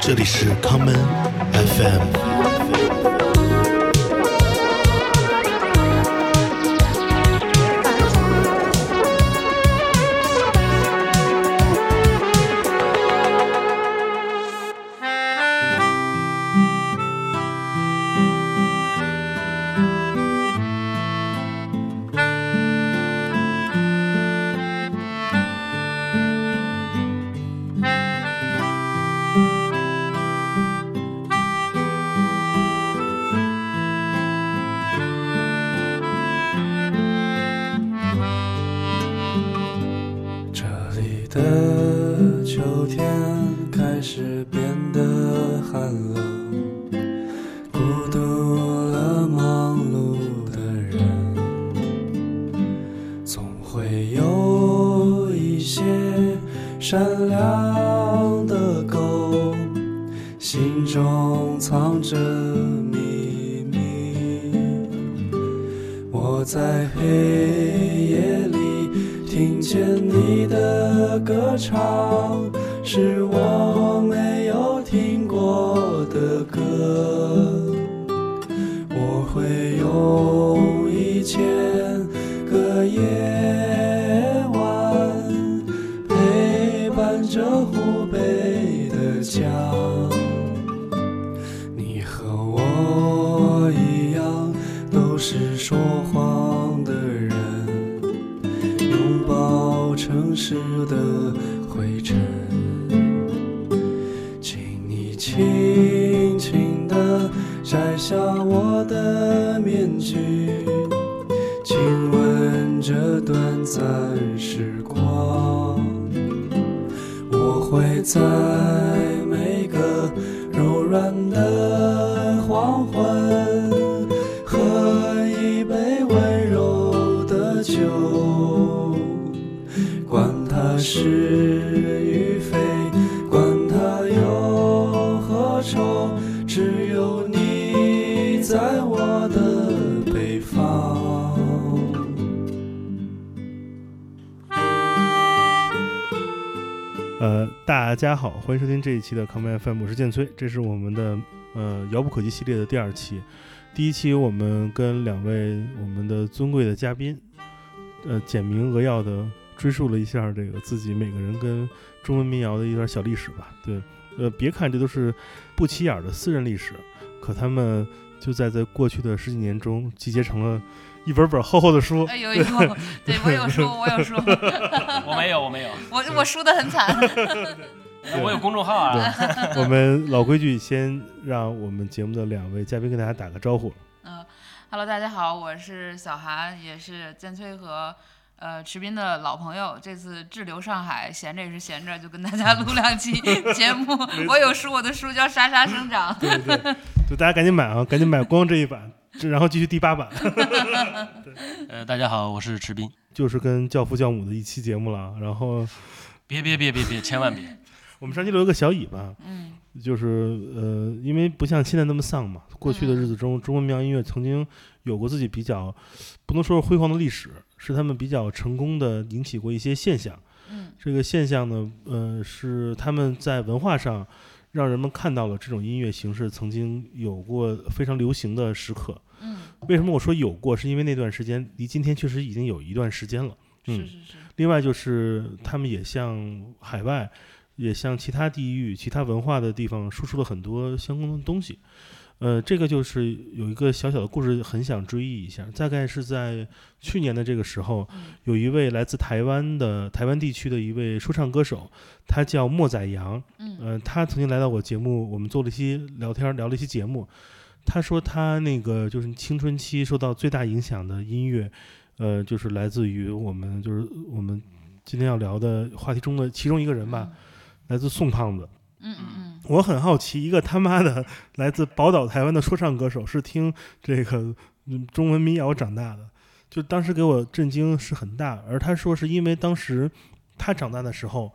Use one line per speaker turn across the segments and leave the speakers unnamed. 这里是康门 FM。
这里的秋天开始变得寒冷，孤独了忙碌的人，总会有一些善良的狗，心中藏着秘密。我在黑夜里听见你的歌唱，是我没有听过的歌。我会用一千个夜晚陪伴着湖北的家。你和我一样，都是说谎的人，拥抱城市的灰尘。请你轻轻地摘下我的面具，亲吻这短暂时光。我会在每个柔软的黄昏，喝一杯温柔的酒，管它是与非，管它有何愁，只有你在我的北方。
呃，大家好，欢迎收听这一期的康麦 FM，我是建崔，这是我们的呃遥不可及系列的第二期。第一期我们跟两位我们的尊贵的嘉宾，呃，简明扼要的追溯了一下这个自己每个人跟中文民谣的一段小历史吧。对，呃，别看这都是不起眼儿的私人历史，可他们就在在过去的十几年中集结成了一本本厚厚的书。
哎呦呦， 对我有输，我有输，
我没有，我没有，
我我输得很惨。
我有公众号啊。
对，我们老规矩，先让我们节目的两位嘉宾跟大家打个招呼。
嗯，Hello，大家好，我是小韩，也是建崔和呃池斌的老朋友。这次滞留上海，闲着也是闲着，就跟大家录 两期节目。我有书，我的书叫《沙沙 生长》。
对对对，就大家赶紧买啊，赶紧买光这一版，这然后继续第八版，
呃，大家好，我是池斌。
就是跟教父教母的一期节目了。然后
别别别别别，千万别！
我们上期留了个小尾巴，
嗯
就是呃，因为不像现在那么丧嘛，过去的日子中，中文民谣音乐曾经有过自己比较，不能说是辉煌的历史，是他们比较成功的引起过一些现象。
嗯
这个现象呢，呃，是他们在文化上让人们看到了这种音乐形式曾经有过非常流行的时刻。
嗯，
为什么我说有过？是因为那段时间离今天确实已经有一段时间了。
是
嗯，
是是，
另外就是他们也向海外，也向其他地域、其他文化的地方输出了很多相关的东西。呃，这个就是有一个小小的故事，很想追忆一下。大概是在去年的这个时候，
嗯
有一位来自台湾的台湾地区的一位说唱歌手，他叫莫宰阳。
嗯
呃，他曾经来到我节目，我们做了一期聊天，聊了一期节目。他说他那个就是青春期受到最大影响的音乐，呃，就是来自于我们就是我们今天要聊的话题中的其中一个人吧，来自宋胖子。
嗯嗯
我很好奇，一个他妈的来自宝岛台湾的说唱歌手是听这个嗯中文民谣长大的，就当时给我震惊是很大。而他说是因为当时他长大的时候，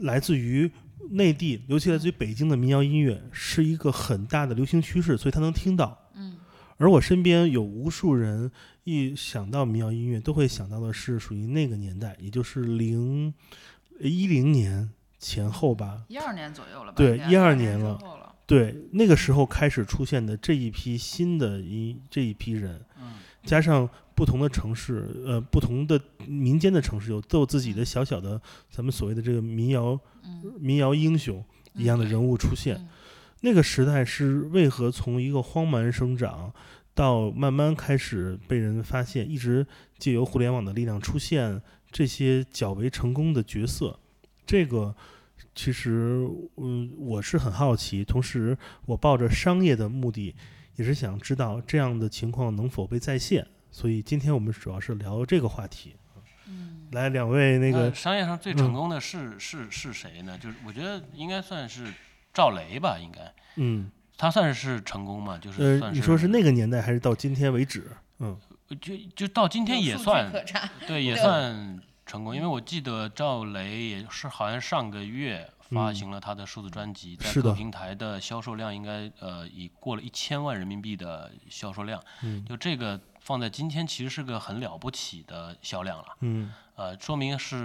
来自于内地，尤其来自于北京的民谣音乐是一个很大的流行趋势，所以他能听到。
嗯嗯
而我身边有无数人一想到民谣音呃乐，都会想到的是属于那个年代，也就是零一零年前后吧，
一二年左右了吧？
对
二
12年
之
了
后了。
对，那个时候开始出现的这一批新的一这一批人，
嗯
加上不同的城市，呃，不同的民间的城市有都有自己的小小的咱们所谓的这个民谣
嗯，
民谣英雄一样的人物出现。
嗯
那个时代是为何从一个荒蛮生长，到慢慢开始被人发现，一直借由互联网的力量出现这些较为成功的角色？这个其实，嗯，我是很好奇，同时我抱着商业的目的，也是想知道这样的情况能否被再现。所以今天我们主要是聊这个话题。
嗯
来，两位那个，
呃商业上最
嗯
成功的是、是是谁呢？就是我觉得应该算是赵雷吧，应该
嗯，
他算是成功嘛，就是
呃，
算
你说是
是
那个年代还是到今天为止？嗯
就就到今天
有
也
数据
算
可查，
对，也
对
算成功，因为我记得赵雷也是好像上个月发
嗯
行了他的数字专辑，在
是
各
的
平台的销售量应该呃已过了一千万人民币的销售量，
嗯
就这个放在今天其实是个很了不起的销量了，
嗯
呃，说明是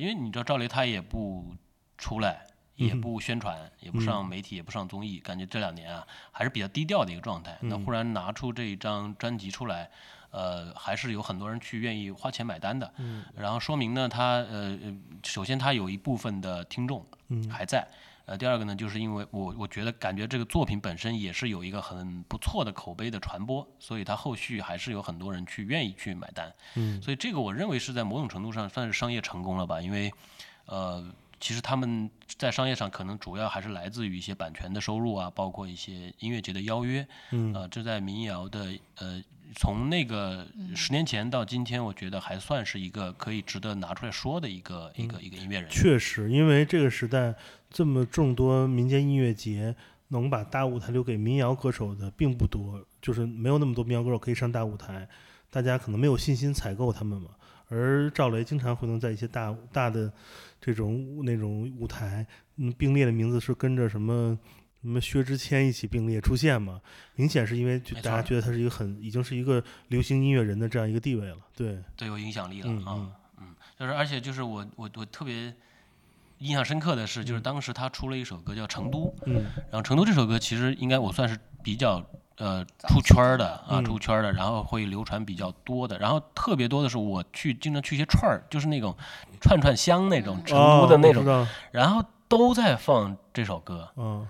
因为你知道赵雷他也不出来。
嗯
也
哼嗯
不宣传，也不上媒体，也不上综艺，感觉这两年啊还是比较低调的一个状态。
嗯
那忽然拿出这一张专辑出来，呃，还是有很多人去愿意花钱买单的。
嗯
然后说明呢，他呃，呃首先他有一部分的听众
嗯
还在，呃，第二个呢，就是因为我我觉得感觉这个作品本身也是有一个很不错的口碑的传播，所以它后续还是有很多人去愿意去买单，
嗯
所以这个我认为是在某种程度上算是商业成功了吧，因为，呃。其实他们在商业上可能主要还是来自于一些版权的收入啊，包括一些音乐节的邀约，
嗯
呃，这在民谣的呃，从那个十年前到今天，我觉得还算是一个可以值得拿出来说的一个、一个一个音乐人。
嗯确实，因为这个时代这么众多民间音乐节，能把大舞台留给民谣歌手的并不多，就是没有那么多民谣歌手可以上大舞台，大家可能没有信心采购他们嘛。而赵雷经常会能在一些大大的这种那种舞台，嗯，并列的名字是跟着什么什么薛之谦一起并列出现嘛，明显是因为就
没错
大家
儿
觉得他是一个很已经是一个流行音乐人的这样一个地位了，对，
最有影响力了
嗯
啊。嗯，就是而且就是我我我特别印象深刻的是，就是当时他出了一首歌叫《成都》，
嗯
然后《成都》这首歌其实应该我算是比较呃
早
出
期
圈儿的
的
啊，
嗯
出圈儿的，然后会流传比较多的，然后特别多的是我去经常去一些串儿，就是那种串串香那种
嗯
成都的
哦
那
我
种
知，道，
然后都在放这首歌，
嗯，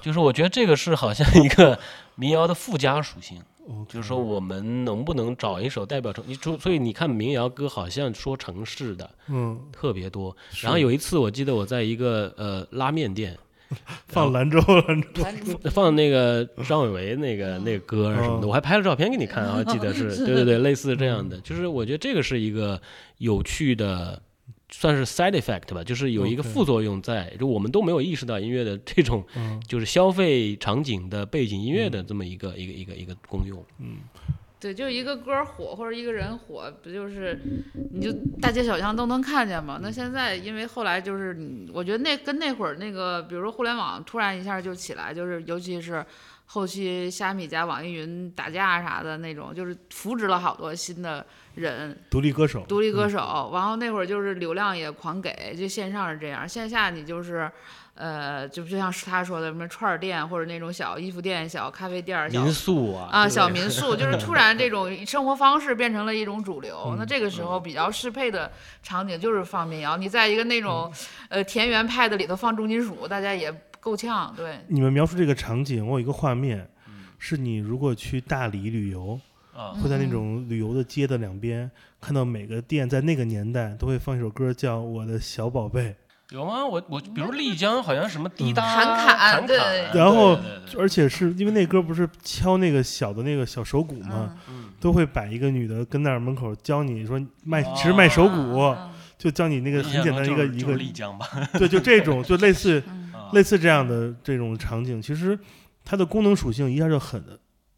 就是我觉得这个是好像一个民谣的附加属性，
哦
就是说我们能不能找一首代表城，你就所以你看民谣歌好像说城市的
嗯，
特别多，
是
然后有一次我记得我在一个呃拉面店
放兰州了，
放那个张伟维那个那个歌啊什么的，
哦嗯
我还拍了照片给你 看啊，记得是对对对，类似这样的，就是我觉得这个是一个有趣的。算是 side effect 吧，就是有一个
OK
副作用在，就我们都没有意识到音乐的 这种
嗯，
就是消费场景的背景音乐的这么一个、一个一个一个功用。
对，就是一个歌儿火或者一个人火，不就是你就大街小巷都能看见嘛？那现在因为后来就是你，我觉得那跟那会儿那个，比如说互联网突然一下就起来，就是尤其是后期虾米加网易云打架啥的那种，就是扶植了好多新的人，
独立歌手，
独立歌手，
嗯
然后那会儿就是流量也狂给，就线上是这样，线下你就是，呃，就就像是他说的什么串儿店或者那种小衣服店、小咖啡店、小
民宿啊
啊
对
小民 宿，就是突然这种生活方式变成了一种主流。
嗯
那这个时候比较适配的场景就是放民谣，你在一个那种、
嗯
呃田园派的里头放重金属，大家也够呛，对。
你们描述这个场景，我有一个画面，
嗯
是你如果去大理旅游，
啊
会在
嗯
那种旅游的街的两边看到每个店在那个年代都会放一首歌，叫《我的小宝贝
有吗？我我比如丽江好像什么滴
嗯
答、
侃侃
侃
对
侃，》，
然后
啊对对对
而且是因为那歌不是敲那个小的那个小手鼓吗？
嗯
都会摆一个女的跟那儿门口教你说卖，
哦
其实卖手鼓，
嗯
就教你那个很简单一个
就是
一
就是
个
丽江吧，
对，就这种就类似
嗯
啊
类似这样的这种场景，其实它的功能属性一下就很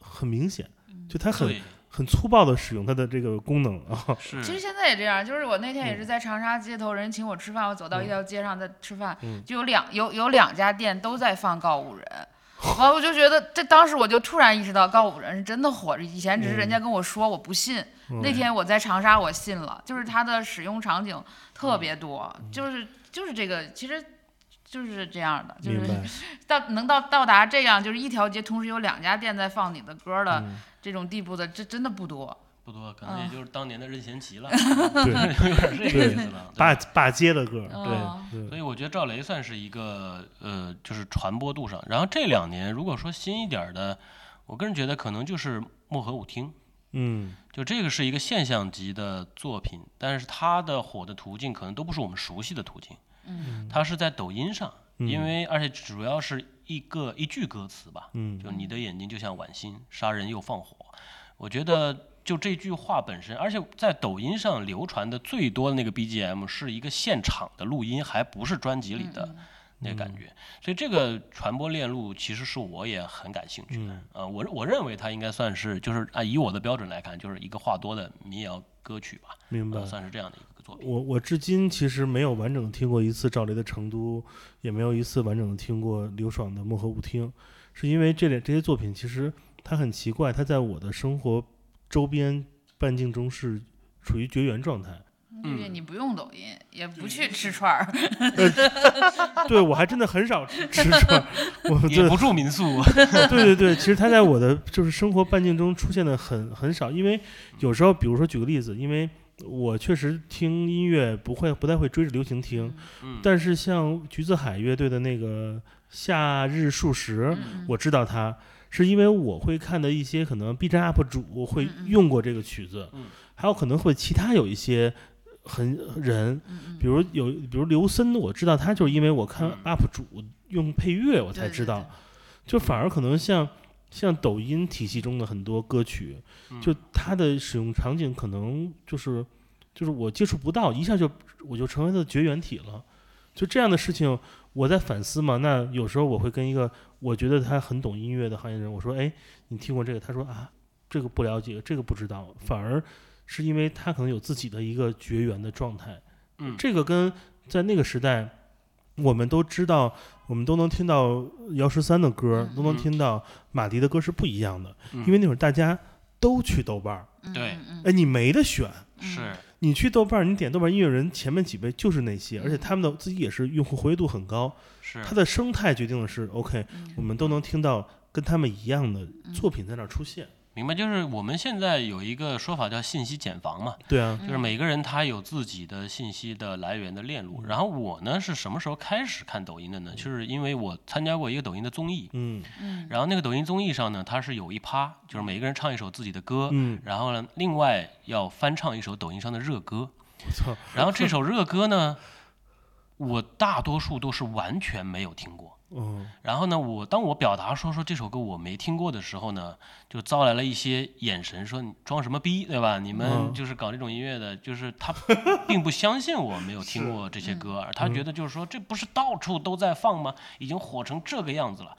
很明显，
嗯
就它很
对
很粗暴的使用它的这个功能啊。
其实
是
现在也这样，就是我那天
嗯
也是在长沙街头，人请我吃饭，我走到一条街上在吃饭，
嗯
就有两有有两家店都在放告五人。完，我就觉得这当时我就突然意识到告五人是真的火，以前只是
嗯
人家跟我说我不信，那天我在长沙我
嗯
信了，就是它的使用场景特别多，就是就是这个其实。就是这样的，就
明
是
白，
到能到到达这样，就是一条街同时有两家店在放你的歌的
嗯，
这种地步的，这真的不多。
不多，可能
嗯
也就是当年的任 贤齐了，
对，
有点这个意思了。对
霸霸街的歌，
嗯
对
所
对，
以我觉得赵雷算是一个呃，就是传播度上。然后这两年，如果说新一点儿的，我个人觉得可能就是《漠河舞厅》，
嗯，
就这个是一个现象级的作品，但是它的火的途径可能都不是我们熟悉的途径，
嗯，
它是在抖音上，
嗯
因为而且主要是一个一句歌词吧，
嗯
就你的眼睛就像晚星，杀人又放火。我觉得就这句话本身，而且在抖音上流传的最多的那个 BGM 是一个现场的录音，还不是专辑里的那个
嗯
感觉。所以这个传播链路其实是我也很感兴趣的。
嗯
呃，我我认为它应该算是就是啊，以我的标准来看，就是一个话多的民谣歌曲吧，
明白
呃、。算是这样的一个作品。
我我至今其实没有完整地听过一次赵雷的《成都》，也没有一次完整的听过刘爽的《漠河舞厅》，是因为这两这些作品其实它很奇怪，它在我的生活周边半径中是处于绝缘状态。
嗯
而且你不用抖音，也不去吃串儿，
对我还真的很少吃吃串儿，我
也
对
不住 民宿，
对对对，其实它在我的就是生活半径中出现的很很少，因为有时候，比如说举个例子，因为我确实听音乐不会不太会追着流行听，
嗯，
但是像橘子海乐队的那个《夏日数十》，
嗯
我知道它是因为我会看的一些可能 B 站 UP 主会
嗯嗯
用过这个曲子，
嗯
还有可能会其他有一些很人，
嗯
比如有比如刘森，我知道他就是因为我看
嗯
UP 主用配乐我
我
才知道，就反而可能像。像抖音体系中的很多歌曲，
嗯
就它的使用场景可能就是，就是我接触不到，一下就我就成为它的绝缘体了。就这样的事情，我在反思嘛。那有时候我会跟一个我觉得他很懂音乐的行业人，我说：“哎，你听过这个？”他说：“啊，这个不了解，这个不知道。”反而是因为他可能有自己的一个绝缘的状态。
嗯
这个跟在那个时代，我们都知道，我们都能听到姚十三的歌，
嗯
都能
嗯
听到马迪的歌是不一样的，
嗯
因为那会儿大家都去豆瓣儿，
嗯
对
哎，你没得选。
是
你去豆瓣儿，你点豆瓣儿音乐人前面几位就是那些，而且
嗯
他们的自己也是用户活跃度很高，
是
它的生态决定的是 OK，我
嗯
们都能听到跟他们一样的作品在那儿出现。
明白，就是我们现在有一个说法叫信息茧房嘛，
对啊，
就是每个人他有自己的信息的来源的链路。然后我呢是什么时候开始看抖音的呢？就是因为我参加过一个抖音的综艺，
嗯
嗯
然后那个抖音综艺上呢，它是有一趴，就是每个人唱一首自己的歌，
嗯，
然后呢另外要翻唱一首抖音上的热歌，
我操，
然后这首热歌呢，我大多数都是完全没有听过。
嗯
然后呢，我当我表达说说这首歌我没听过的时候呢，就招来了一些眼神，说你装什么逼，对吧？你们
嗯
就是搞这种音乐的，就是他并不相信我没有听过这些歌，他觉得就是说这不是到处都在放吗？已经火成这个样子了。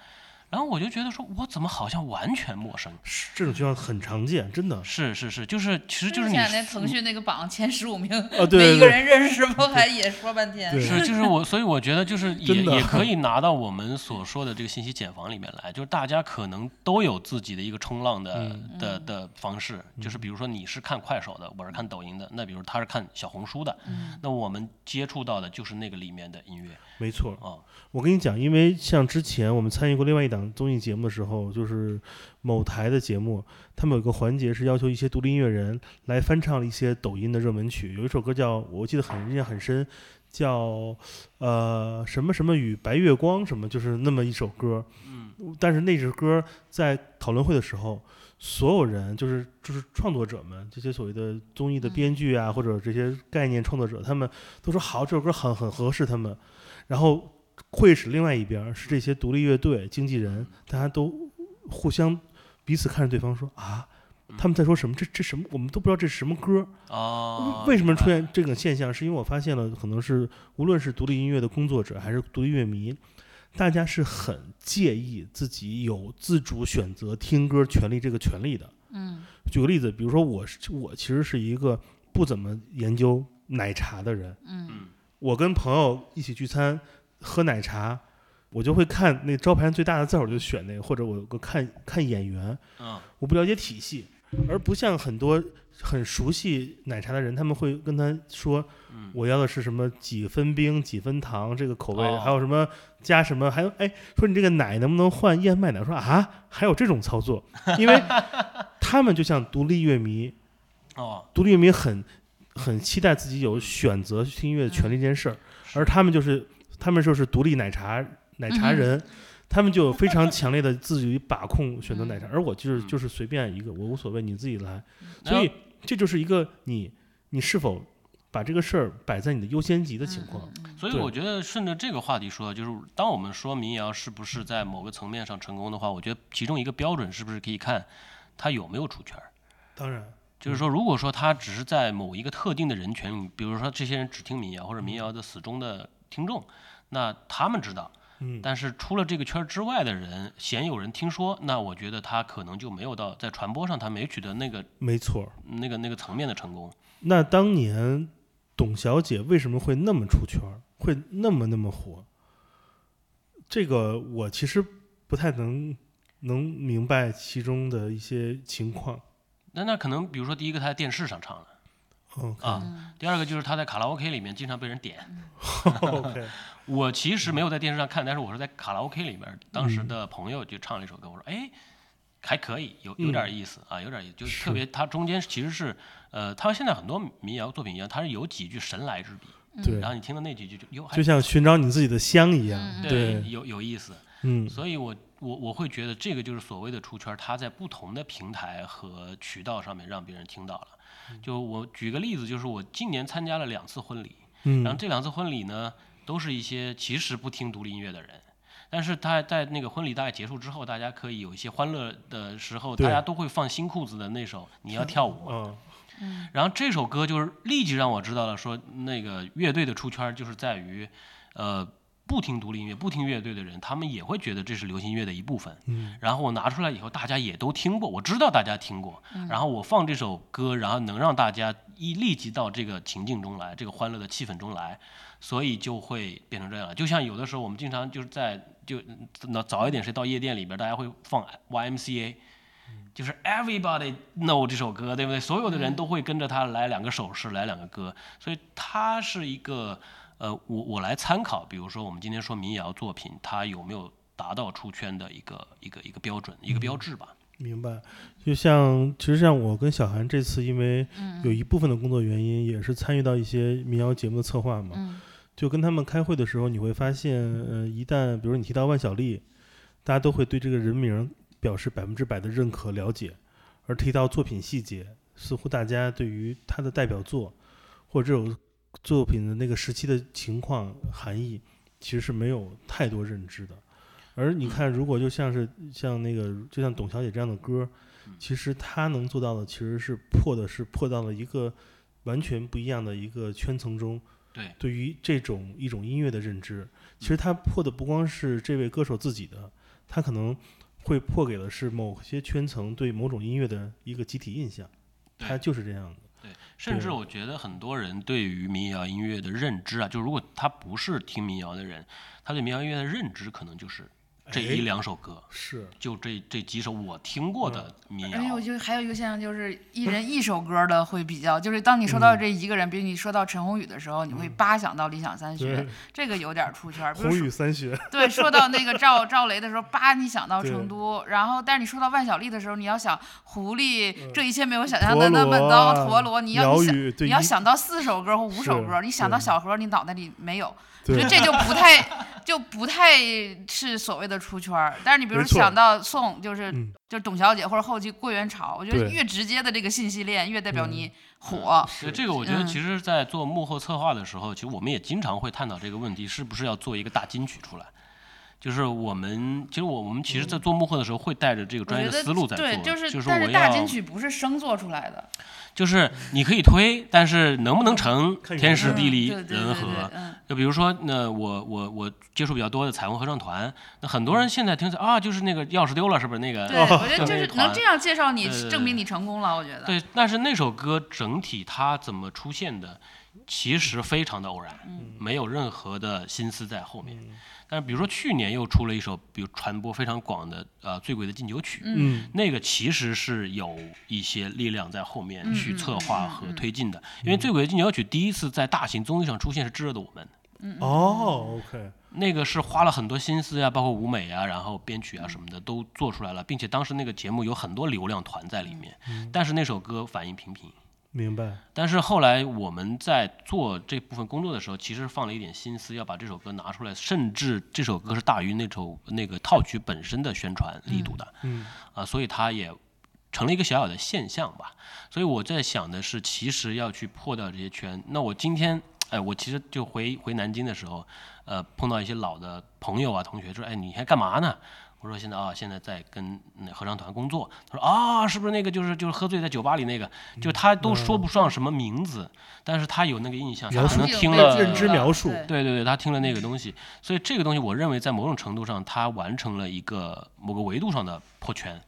然后我就觉得说，我怎么好像完全陌生？
是这种情况很常见，真的。
是是是，就是其实就是
前
你
两天腾讯嗯那个榜前十五名，
啊对
每一个
对
人认识不还也说半天，
对
是，就是我，所以我觉得就是也
真的
也可以拿到我们所说的这个信息茧房里面来，就是大家可能都有自己的一个冲浪的、
嗯
的的方式，就是比如说你是看快手的，我是看抖音的，那比如他是看小红书的，
嗯
那我们接触到的就是那个里面的音乐
没错，
啊，
我跟你讲，因为像之前我们参与过另外一档综艺节目的时候，就是某台的节目，他们有个环节是要求一些独立音乐人来翻唱一些抖音的热门曲，有一首歌叫我记得很印象很深，叫呃什么什么与白月光什么，就是那么一首歌。嗯，但是那首歌在讨论会的时候，所有人就是就是创作者们，这些所谓的综艺的编剧啊，或者这些概念创作者，他们都说好，这首歌很很合适他们。然后会使另外一边儿是这些独立乐队、经纪人，大家都互相彼此看着对方说啊，他们在说什么？这这什么？我们都不知道这是什么歌。
哦，
为为什么
明白
出现这种现象？是因为我发现了，可能是无论是独立音乐的工作者还是独立乐迷，大家是很介意自己有自主选择听歌权利这个权利的。
嗯
举个例子，比如说我是我其实是一个不怎么研究奶茶的人，
嗯
我跟朋友一起聚餐喝奶茶，我就会看那招牌上最大的字儿，我就选那个，或者我我看看演员，
嗯
我不了解体系，而不像很多很熟悉奶茶的人，他们会跟他说
嗯，
我要的是什么几分冰、几分糖这个口味，
哦
还有什么加什么，还有哎，说你这个奶能不能换燕麦奶？我说啊，还有这种操作，因 为他们就像独立乐迷，
哦，
独立乐迷很很期待自己有选择听音乐的权利这件事
嗯
儿，而他们就是他们就是独立奶茶奶茶
嗯
人。他们就有非常强烈的自己把控选择奶茶，而我就是
嗯
就是随便一个，我无所谓，你自己来。
然
所
后
以这就是一个你你是否把这个事儿摆在你的优先级的情况。
所以
对
我觉得顺着这个话题说，就是当我们说民谣是不是在某个层面上成功的话，我觉得其中一个标准是不是可以看它有没有出圈儿。
当然，
就是说，如果说它只是在某一个特定的人群，比如说这些人只听民谣或者民谣的死忠的听众，那他们知道。
嗯，
但是出了这个圈儿之外的人，鲜有人听说，那我觉得他可能就没有到在传播上，他没取得那个
没错儿。
那个那个层面的成功。
那当年董小姐为什么会那么出圈儿，会那么那么火？这个我其实不太能能明白其中的一些情况。
那那可能，比如说第一个他在电视上唱了
嗯
啊，第二个就是他在卡拉 OK 里面经常被人点。
，OK，
我其实没有在电视上看，但是我是在卡拉 OK 里面，当
嗯
时的朋友就唱了一首歌，我说哎，还可以，有
嗯
有点意思啊，有点意思，就是特别它中间其实是呃，它现在很多民谣作品一样，它是有几句神来之笔，
对
嗯然，后你嗯听到那几句就哟，还
就像寻找你自己的香一样。
对
对，
有有意思，
嗯，
所以我我我会觉得这个就是所谓的出圈，它在不同的平台和渠道上面让别人听到了。
嗯
就我举个例子，就是我今年参加了两次婚礼，然后
嗯，
这两次婚礼呢，都是一些其实不听独立音乐的人，但是他在那个婚礼大概结束之后，大家可以有一些欢乐的时候，
对
大家都会放新裤子的那首《你要跳舞》，
啊，
然后这首歌就是立即让我知道了，说那个乐队的出圈就是在于，呃，不听独立音乐、不听乐队的人，他们也会觉得这是流行音乐的一部分。
嗯，
然后我拿出来以后，大家也都听过，我知道大家听过。然后我放这首歌，然后能让大家一立即到这个情境中来，这个欢乐的气氛中来，所以就会变成这样。就像有的时候我们经常就是在就那早一点谁到夜店里边，大家会放 YMCA。就是 everybody know 这首歌，对不对？所有的人都会跟着他来两个手势，来两个歌，所以它是一个呃，我我来参考，比如说我们今天说民谣作品，它有没有达到出圈的一个一个一个标准、一个标志吧？
明白，就像其实像我跟小韩这次，因为
嗯
有一部分的工作原因，也是参与到一些民谣节目的策划嘛。
嗯
就跟他们开会的时候，你会发现，呃，一旦比如你提到万晓利，大家都会对这个人名表示百分之百的认可了解，而提到作品细节，似乎大家对于他的代表作或者这种作品的那个时期的情况含义，其实是没有太多认知的。而你看，如果就像是像那个，就像董小姐这样的歌，其实她能做到的，其实是破的是破到了一个完全不一样的一个圈层中，
对
对于这种一种音乐的认知。其实她破的不光是这位歌手自己的，她可能会破给的是某些圈层对某种音乐的一个集体印象，
对
她就是这样的。
对，甚至
对
我觉得很多人对于民谣音乐的认知啊，就如果他不是听民谣的人，他对民谣音乐的认知可能就是这一
哎
两首歌，
是，
就这这几首我听过的民
而且
谣
我。觉哎得还有一个现象就是，一人一首歌的会比较，就是当你说到这一个人，比如你说到陈鸿宇的时候，你会叭想到理想三
对
旬，这个有点出圈。比如
红
说
雨三雪，
对，说到那个赵赵雷的时候，叭你想到
对
成都，然后但是你说到万晓利的时候，你要想狐狸，这一切没有想象
嗯陀
的那么
螺
高，
啊
陀螺，你要
鸟
你想
语对
你要
一
想到四首歌或五首
是
歌，你想到
对
小何，你脑袋里没有，所
对
以这就 不太就不太是所谓的出圈儿。但是你比如
没错
想到宋，就是
嗯
就是董小姐或者后期郭元潮，我觉得
对嗯
越直接的这个信息链越代表
嗯
你火。
所以这个我觉
嗯
得，其实，在做幕后策划的时候，其实我们也经常会探讨这个问题，是不是要做一个大金曲出来？就是我们，其实我我们其实，在做幕后的时候，会带着这个
嗯我
专
觉
业的
得
思路在做，
对，
就是是
但
我
是大金
要，
曲不是生做出来的，
就是你可以推，但是能不能成，
看
天时
是缘分
地
嗯
利
对对
人
对对
和。
嗯
就比如说，那我我我接触比较多的彩虹合唱团，那很多人现在听起来啊，就是那个钥匙丢了，是不是那
嗯
个？
对，我觉得就是
团
能这样介绍你
哦对对，对
证明你成功了。我觉得，
对，但是那首歌整体它怎么出现的，其实非常的偶然，没有任何的心思在后面。但是比如说去年又出了一首，比如传播非常广的呃《醉鬼的禁酒曲》，
嗯
那个其实是有一些力量在后面去策划和推进的，因为《醉鬼的禁酒曲》第一次在大型综艺上出现是《炙热的我们》，
哦，OK，
那个是花了很多心思呀、包括舞美啊，然后编曲啊什么的都做出来了，并且当时那个节目有很多流量团在里面，但是那首歌反应平平。
明白。
但是后来我们在做这部分工作的时候，其实放了一点心思，要把这首歌拿出来，甚至这首歌是大于那首那个套曲本身的宣传力度的，
嗯
啊，所以它也成了一个小小的现象吧。所以我在想的是，其实要去破掉这些圈。那我今天，哎，我其实就回回南京的时候，呃，碰到一些老的朋友啊、同学说，哎，你还干嘛呢？我说现在啊，现在在跟那合唱团工作。他说啊，是不是那个就是就是喝醉在酒吧里那个？就他都说不上什么名字，但是他有那个印象，他
描
可
述
能
这个
听
被
了呃
认知描述
对
对对对，他听了那个东西，所以这个东西我认为在某种程度上，他完成了一个某个维度上的破圈。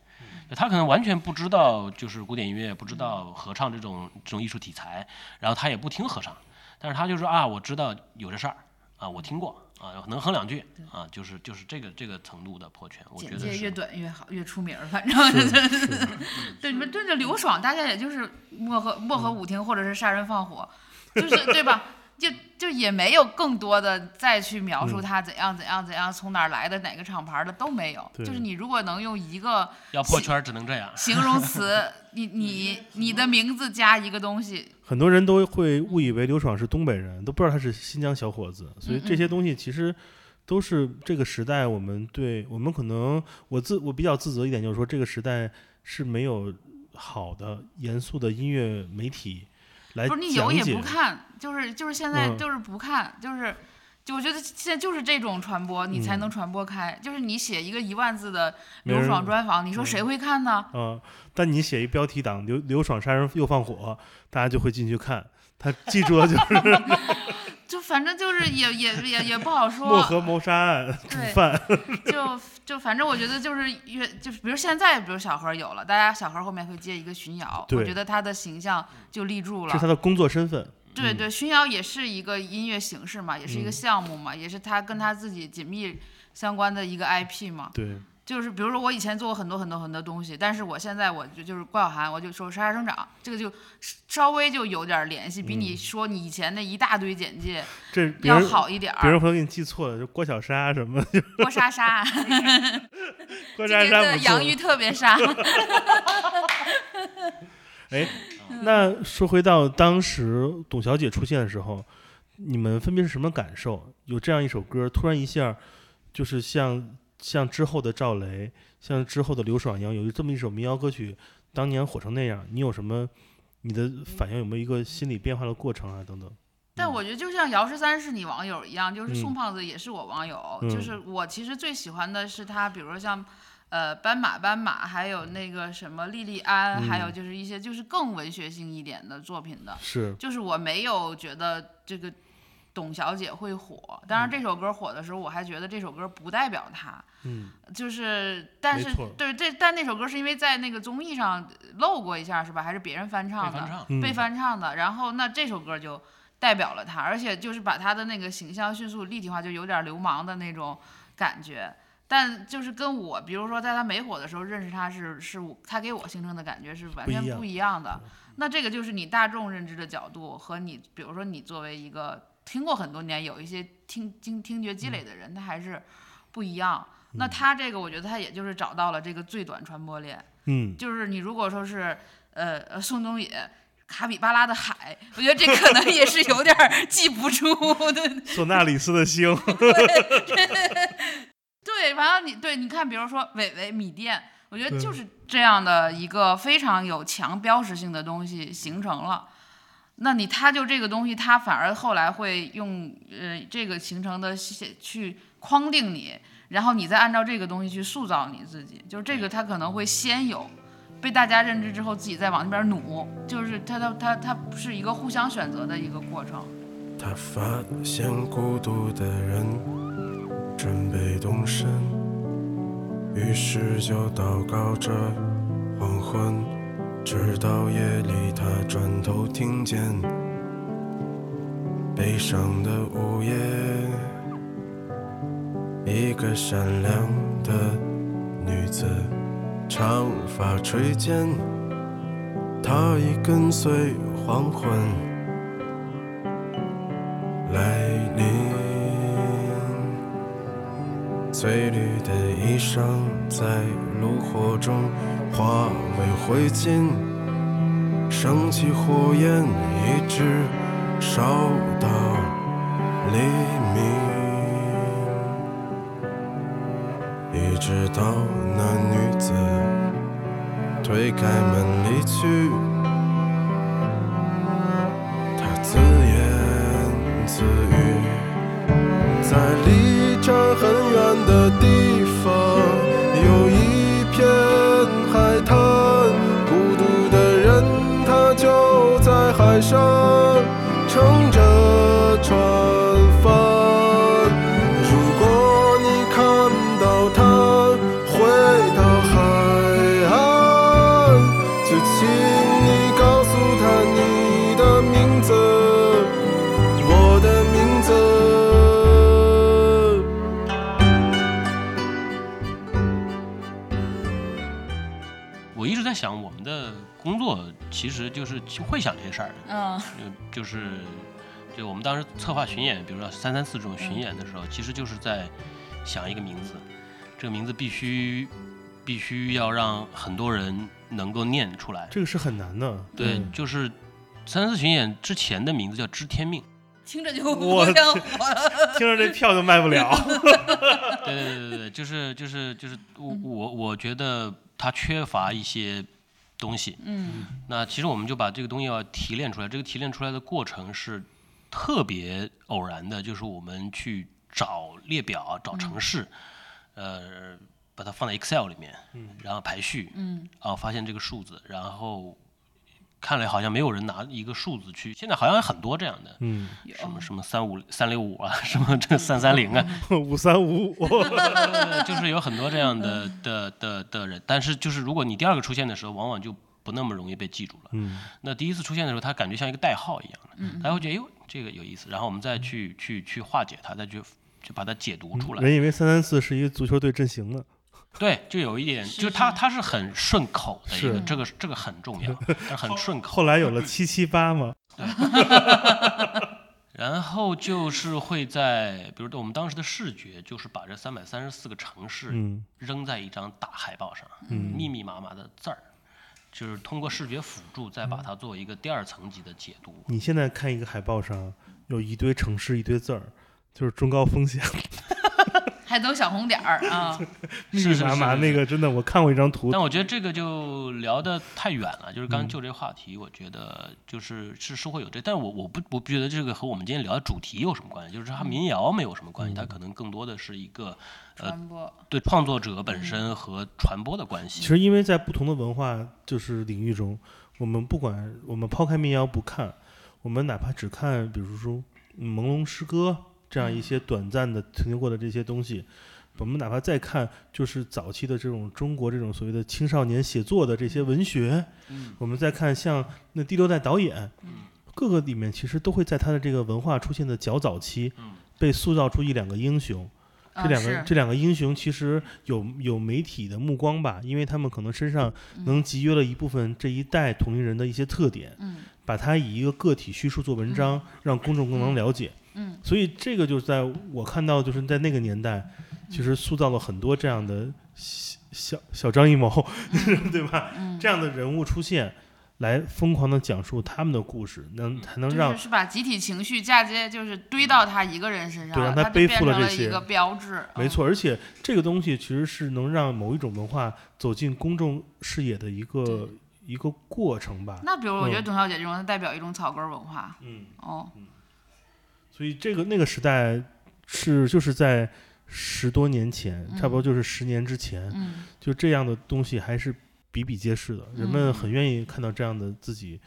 他可能完全不知道，就是古典音乐，不知道合唱这种这种艺术题材，然后他也不听合唱，但是他就说啊，我知道有这事儿啊，我听过啊，能哼两句啊，就是就是这个这个程度的破圈，我觉
简
得
介越
是
短越好，越出名儿。反正 对你们对着刘爽，大家也就是漠
嗯
河漠河舞厅或者是杀人放 火，就是对吧？就就也没有更多的再去描
嗯
述他怎样怎样怎样，从哪儿来的哪个厂牌的都没有。
对
就是你如果能用一个
要破圈只能这样。
形容 词，你你你的名字加一个东西，
很多人都会误以为刘爽是东北人，都不知道他是新疆小伙子，
嗯
所以这些东西其实都是这个时代我们对我们可能我自我比较自责一点，就是说这个时代是没有好的严肃的音乐媒体来
不
哎讲解。
是你有也不看，就是就是现在
嗯
就是不看，就是就我觉得现在就是这种传播，你才
嗯
能传播开。就是你写一个一万字的
没
刘
人
爽专访，你说谁会看呢？
啊、但你写一标题党刘刘爽杀人又放火，大家就会进去看。他记住了就是
就反正就是也也也也不好说
漠。河谋杀案 主
对
犯，
就就反正我觉得就是越就是比如现在比如小何有了，大家小何后面会接一个巡瑶，我
对
觉得他的形象就立住
这是
了
他。的工作身份。
对对，巡瑶也是一个音乐形式嘛，也是一个
嗯
项目嘛，也是他跟他自己紧密相关的一个 IP 嘛。
对，
就是比如说我以前做过很多很多很多东西，但是我现在我就就是郭晓涵，我就说沙沙生长，这个就稍微就有点联系，比你
嗯
说你以前那一大堆简介
这别
要
人
好一点
别人
儿。
会给你记错了，就郭小沙什么，
郭 莎莎，
郭
就
莎
觉
莎
得
不
洋
错
芋。特 别沙。
哎，那说回到当时董小姐出现的时候，你们分别是什么感受？有这样一首歌，突然一下，就是像像之后的赵雷，像之后的刘爽一样，有这么一首民谣歌曲，当年火成那样，你有什么？你的反应有没有一个心理变化的过程啊？等等，
但我觉得就像姚十三是你网友一样，就是
嗯
宋胖子也是我网友，
嗯
就是我其实最喜欢的是他，比如说像。呃，斑马，斑马，还有那个什么莉莉安，还有
嗯
就是一些就是更文学性一点的作品的，
是
就是我没有觉得这个董小姐会火。当
嗯
然，这首歌火的时候，我还觉得这首歌不代表她，
嗯，
就是但
没
是
错
对这但那首歌是因为在那个综艺上露过一下是吧？还是别人翻唱
被
的？
翻唱，
嗯
被翻唱的。然后那这首歌就代表了他，而且就是把他的那个形象迅速立体化，就有点流氓的那种感觉。但就是跟我，比如说在他没火的时候认识他是，是我他给我形成的感觉是完
不一
全
样
不一样的。那这个就是你大众认知的角度和你，比如说你作为一个听过很多年、有一些听听听觉积累的人，他还是不一样。那
嗯
他这个，我觉得他也就是找到了这个最短传播链，
嗯，
就是你如果说是呃呃宋冬野。卡比巴拉的海，我觉得这可能也是有点儿记不住的。
索纳里斯的星，
对，完了你对，你看，比如说伟伟米店，我觉得就是这样的一个非常有强标识性的东西形成了。那你他就这个东西，他反而后来会用呃这个形成的写去框定你，然后你再按照这个东西去塑造你自己。就是这个，他可能会先有被大家认知之后，自己再往那边努，就是他他他他是一个互相选择的一个过程。
他发现孤独的人准备动身，于是就祷告着黄昏，直到夜里他转头听见悲伤的午夜，一个善良的女子，长发垂肩，她已跟随黄昏来临。翠绿的衣裳在炉火中化为灰烬，升起火焰，一直烧到黎明，一直到那女子推开门离去。她自言自语。在离这儿很远的地方，有一片海滩，孤独的人他就在海上撑着船帆。如果你看到他回到海岸，就请你告诉他你的名字。我的名字。
我一直在想，我们的工作其实就是会想这些事儿，
嗯
呃就就是就我们当时策划巡演，比如说三三四这种巡
嗯
演的时候，其实就是在想一个名字，这个名字必须必须要让很多人能够念出来。
这个是很难 的。
对，
嗯
就是三三四巡演之前的名字叫知 天命。
听着就不
我的
像我了。
听着这票就卖不 了。
对对对对对，就是就是就是我
嗯
我我觉得它缺乏一些东西。
嗯
那其实我们就把这个东西要提炼出来，这个提炼出来的过程是特别偶然的，就是我们去找列表、找城市，呃，把它放在 Excel 里面，然后排序，
嗯
啊，发现这个数字，然后看了好像没有人拿一个数字去，现在好像很多这样的，
嗯，
有
什么什么三五三六五啊，什么这三三零啊，
五三五五，
呃就是有很多这样的的的的人，但是就是如果你第二个出现的时候，往往就不那么容易被记住了。
嗯，
那第一次出现的时候，他感觉像一个代号一样的，
嗯
大家会觉得，哎呦，这个有意思，然后我们再去去去化解它，再去就把它解读出来。
人以为三三四是一个足球队阵型呢。
对，就有一点，
是
就是
是
它它是很顺口的一个，
是
这个这个很重要，它很顺口。
后来 有了七七八嘛，
然后就是会在，比如我们当时的视觉，就是把这三百三十四个城市
嗯
扔在一张大海报上，
嗯
密密麻麻的字儿，就是通过视觉辅助，再把它作为一个第二层级的解读。
你现在看一个海报上有一堆城市一堆字儿，就是中高风险，
还都小红点儿啊，
密
是
密
是
麻麻
是
那个真的，我看过一张图
但，我觉得这个就聊得太远了，就是刚就这话题，我觉得就是是是会有这，但是我我不我不觉得这个和我们今天聊的主题有什么关系，就是它民谣没有什么关系，它可能更多的是一个
呃
传播
对创作者本身和传播的关
其
系。
实因为在不同的文化就是领域中，我们不管我们抛开民谣不看，我们哪怕只看比如说嗯朦胧诗歌这样一些短暂的曾经过的这些东西，我们哪怕再看就是早期的这种中国这种所谓的青少年写作的这些文学，我们再看像那第六代导演，各个里面其实都会在他的这个文化出现的较早期
嗯，
被塑造出一两个英雄。
啊
这两个、
是
这两个英雄其实有有媒体的目光吧，因为他们可能身上能集约了一部分这一代同龄人的一些特点，
嗯
把它以一个个体叙述做文章，让公众更能了解。
嗯
所以这个就是在我看到，就是在那个年代，
嗯
其实塑造了很多这样的小小小张艺谋， 对吧？
嗯，
这样的人物出现，来疯狂的讲述他们的故事，
嗯
能才能让
就是是把集体情绪嫁接，就是堆到他一个人身上
对
了，
让
他
他
就
背
变
负了
成
这
了一
些
个标志。
没
嗯，
错，而且这个东西其实是能让某一种文化走进公众视野的一个一个过程吧。
那比如我觉得
嗯
董小姐这种，她代表一种草根儿文化。
嗯，
哦，
所以这个那个时代是就是在十多年前，
嗯
差不多就是十年之前，
嗯
就这样的东西还是比比皆是的。人们
嗯
很愿意看到这样的自己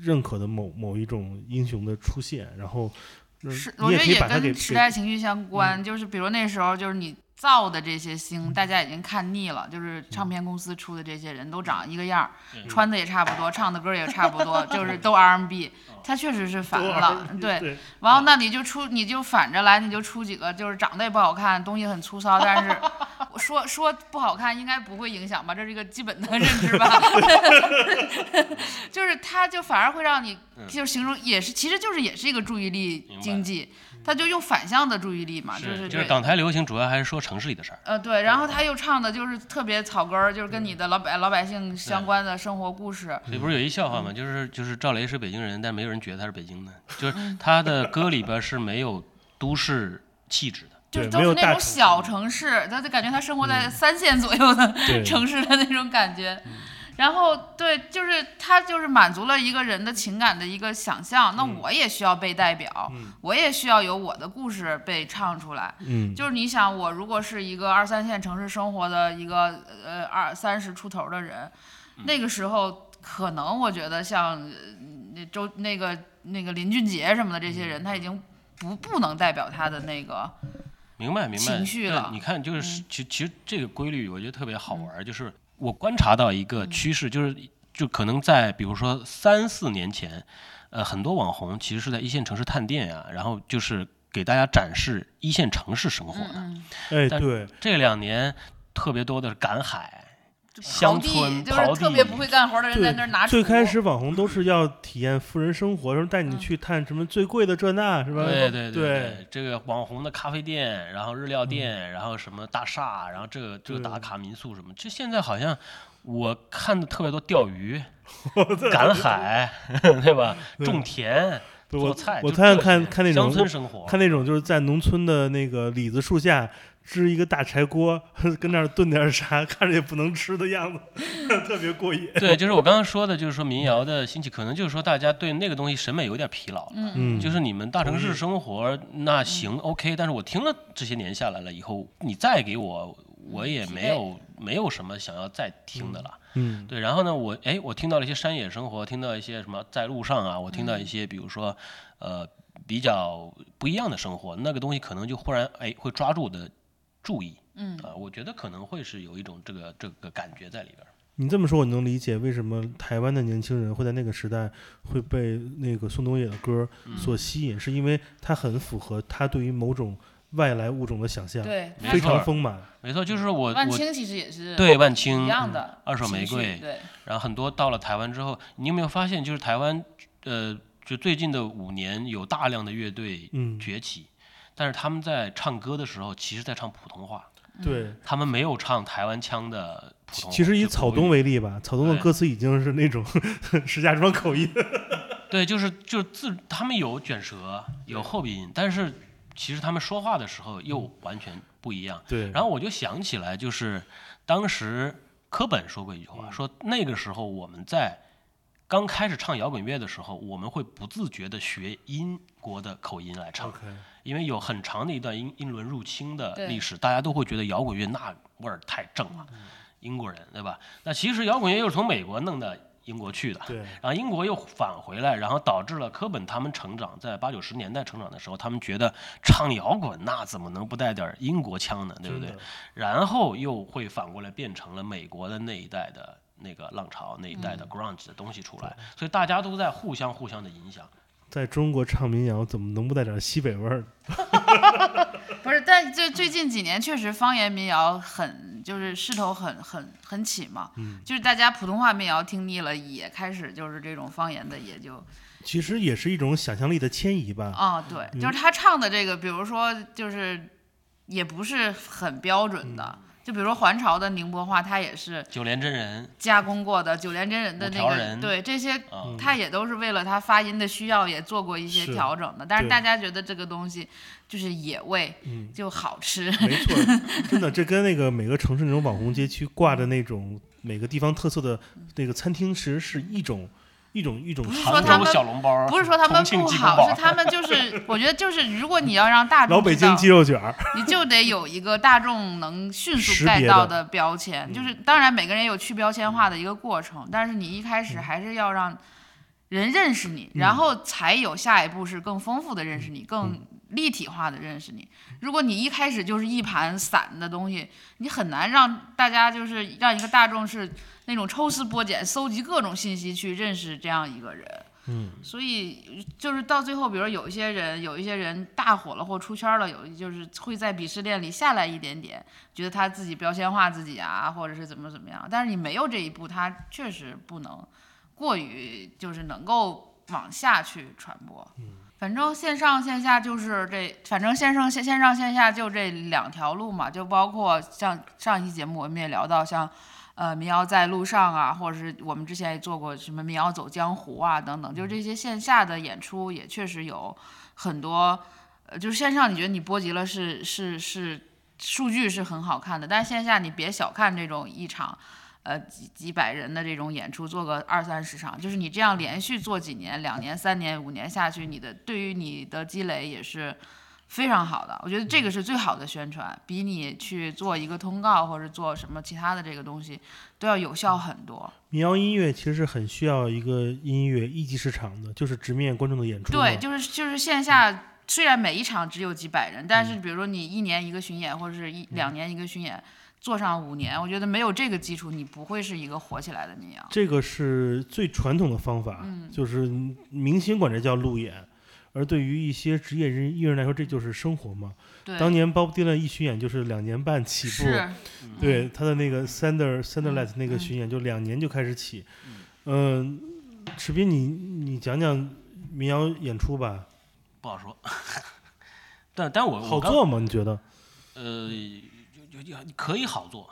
认可的某某一种英雄的出现，然后那
是，
你
我觉
可
得
以
也
把它给
跟时
给
代
嗯
情绪相关，就是比如那时候就是你造的这些星，大家已经看腻了，就是
嗯
唱片公司出的这些人都长一个样儿，
嗯
穿的也差不多，唱的歌也差不多，就 是都 R&B，他
嗯
确实是烦
多
了， 对。
对，
然
嗯
后那你就出，你就反着来，你就出几个，就是长得也不好看，东西很粗 糙，但是我说说不好看应该不会影响吧，这是一个基本的认知 吧。就是它就反而会让你
嗯
就是形容也是，其实就是也是一个注意力
明白嗯
经济，它就用反向的注意力嘛，
是
是
就是
对。
港台流行主要还是说城市里的事儿，
呃，对，然后他又唱的就是特别草根儿，就是跟你的老百老百姓相
嗯
关的生活故事。
所以不是有一笑话吗？就是就是赵雷是北京人，但没有人觉得他是北京的，
嗯
就是他的歌里边是没有都市气质的。
就是
对
都
没
是
有
那
大城
种
市嗯
小城市，他就感觉他生活在三线左右的
对 嗯
城市的那种感觉。 然后对，就是他就是满足了一个人的情感的一个想象。那
嗯
我也需要被代表，我也需要有我的故事被唱出来。
嗯，
就是你想，我如果是一个二三线城市生活的一个呃二三十出头的人，
嗯
那个时候可能我觉得像呃那周那个那个林俊杰什么的这
嗯
些人，他已经不不能代表他的那个。
明白明白，
情绪
对
了嗯
你看，就是其其实这个规律，我觉得特别好玩儿，就是我观察到一
嗯
个趋势，就是就可能在比如说三四年前，呃，很多网红其实是在一线城市探店呀、然后就是给大家展示一线城市生活的。
嗯
哎，
但
对，
这两年特别多的是赶海，
刨
啊乡
地，
村
就是
刨
特
地，
别不会干活的人在那儿
对，
拿锄
最开始网红都是要体验富人生活，然后带你去探什么最贵的这那，是吧？
对对
对，嗯
这个网红的咖啡店，然后日料店，然后什么大厦，然后这个这个
对
打卡民宿什么，这现在好像我看的特别多 钓鱼、赶海，对吧？种田、
对
做
我
菜，
我
就
看
这
看
些
看那
乡
种
村生活，
看那种就是在农村的那个李子树下支一个大柴锅，跟那儿炖点啥，看着也不能吃的样子， 特别过瘾。
对，就是我刚刚说的，就是说民谣的兴起，可能就是说大家对那个东西审美有点疲劳了。
嗯，
就是你们大城市
同意
生活那行 OK，但是我听了这些年下来了以后，你再给我，我也
疲
没
惫
有没有什么想要再听的了。
嗯，
对，然后呢，我哎，我听到了一些山野生活，听到一些什么在路上啊，我听
嗯
到一些比如说呃比较不一样的生活，那个东西可能就忽然哎会抓住我的注意。
嗯
啊，我觉得可能会是有一种这个这个感觉在里边儿。
你这么说，我能理解为什么台湾的年轻人会在那个时代会被那个宋冬野的歌
嗯
所吸引，是因为它很符合他对于某种外来物种的想象，
对，
嗯没
非
错
常丰满。
没错，就是我
嗯万
我
青其实也是
对万青
一样的
二手
情
玫
绪
瑰
对，
然后很多到了台湾之后，你有没有发现，就是台湾，呃，就最近的五年有大量的乐队
嗯，
崛起，但是他们在唱歌的时候，其实在唱普通话，
对。
他们没有唱台湾腔的普通话。
其实以
就
草
国语
东为例吧，草东的
对
歌词已经是那种 石家庄口音。
对，就是就是自他们有卷舌，有后鼻音，但是其实他们说话的时候又完全不一样。
对
然后我就想起来，就是当时科本说过一句
嗯
话，说那个时候我们在刚开始唱摇滚乐的时候，我们会不自觉地学英国的口音来唱，因为有很长的一段英英伦入侵的
对
历史，大家都会觉得摇滚乐那味儿太正了，英国人对吧？那其实摇滚乐又是从美国弄到英国去的，
对
然后英国又返回来，然后导致了科本他们成长，在八九十年代成长的时候，他们觉得唱摇滚那怎么能不带点英国腔呢，对不对
真的？
然后又会反过来变成了美国的那一代的那个浪潮，那一代的 grunge 的东西出来，所以大家都在互相互相的影响。
在中国唱民谣，怎么能不带点西北味儿呢？
不是，但就最近几年确实方言民谣很就是势头很很很起嘛，
嗯
就是大家普通话民谣听腻了，也开始就是这种方言的也就
其实也是一种想象力的迁移吧。
啊、
嗯
对，就是他唱的这个，比如说就是也不是很标准的，
嗯
就比如说还朝的宁波话，它也是
九连真人
加工过的九连真人的那
五条
个
人
对这些
啊，
他也都是为了他发音的需要，也做过一些
是
调整的。但是
对
大家觉得这个东西就是野味，
嗯，
就好吃。
没错，真的，这跟那个每个城市那种网红街区挂的那种每个地方特色的那个餐厅，其实是一种一种一种
不是
传
说
杭
他
州
们
小笼包儿，
不是说他们
重庆
不
鸡公
好，
煲
是
儿
他们就是，我觉得就是，如果你要让大众
老北
知道
京鸡肉卷儿，
你就得有一个大众能迅速
识
get
别
到
的嗯
的标
嗯
签，就是当然每个人有去标签化的一个过程，但是你一开始还是要让人认识你，然后才有下一步是更丰富的认
嗯
识你，更立体化的认识你。如果你一开始就是一盘散的东西，你很难让大家就是让一个大众是那种抽丝剥茧、搜集各种信息去认识这样一个人。
嗯，
所以就是到最后，比如有一些人，有一些人大火了或出圈了，有就是会在鄙视链里下来一点点，觉得他自己标签化自己啊，或者是怎么怎么样。但是你没有这一步，他确实不能过于就是能够往下去传播。反正线上线下就是这，反正线上线线上线下就这两条路嘛，就包括像上一期节目我们也聊到像。呃，民谣在路上啊，或者是我们之前也做过什么民谣走江湖啊等等，就是这些线下的演出也确实有很多，呃，就是线上你觉得你波及了是是是数据是很好看的，但是线下你别小看这种一场，呃几几百人的这种演出，做个二三十场，就是你这样连续做几年，两年、三年、五年下去，你的对于你的积累也是。非常好的，我觉得这个是最好的宣传，比你去做一个通告或者做什么其他的这个东西都要有
嗯
效很多。
民谣音乐其实是很需要一个音乐一级市场的，就是直面观众的演出嘛。嗯
对，就是就是线下，虽然每一场只有几百人，但是比如说你一年一个巡演，或者是
嗯
一两年一个巡演，做上五年，我觉得没有这个基础，你不会是一个火起来的民谣。
这个是最传统的方法，
嗯
就是明星管这叫路演，而对于一些职业人艺人来说，这就是生活嘛。
对，
当年 Bob Dylan 一巡演就是两年半起步，
是
嗯
嗯
对他的那个 Sander Sanderlet 那个巡演就两年就开始起。嗯，池斌，你你讲讲民谣演出吧，
不好说。但但我
好
我刚
做吗？你觉得？
呃，就就就可以好做，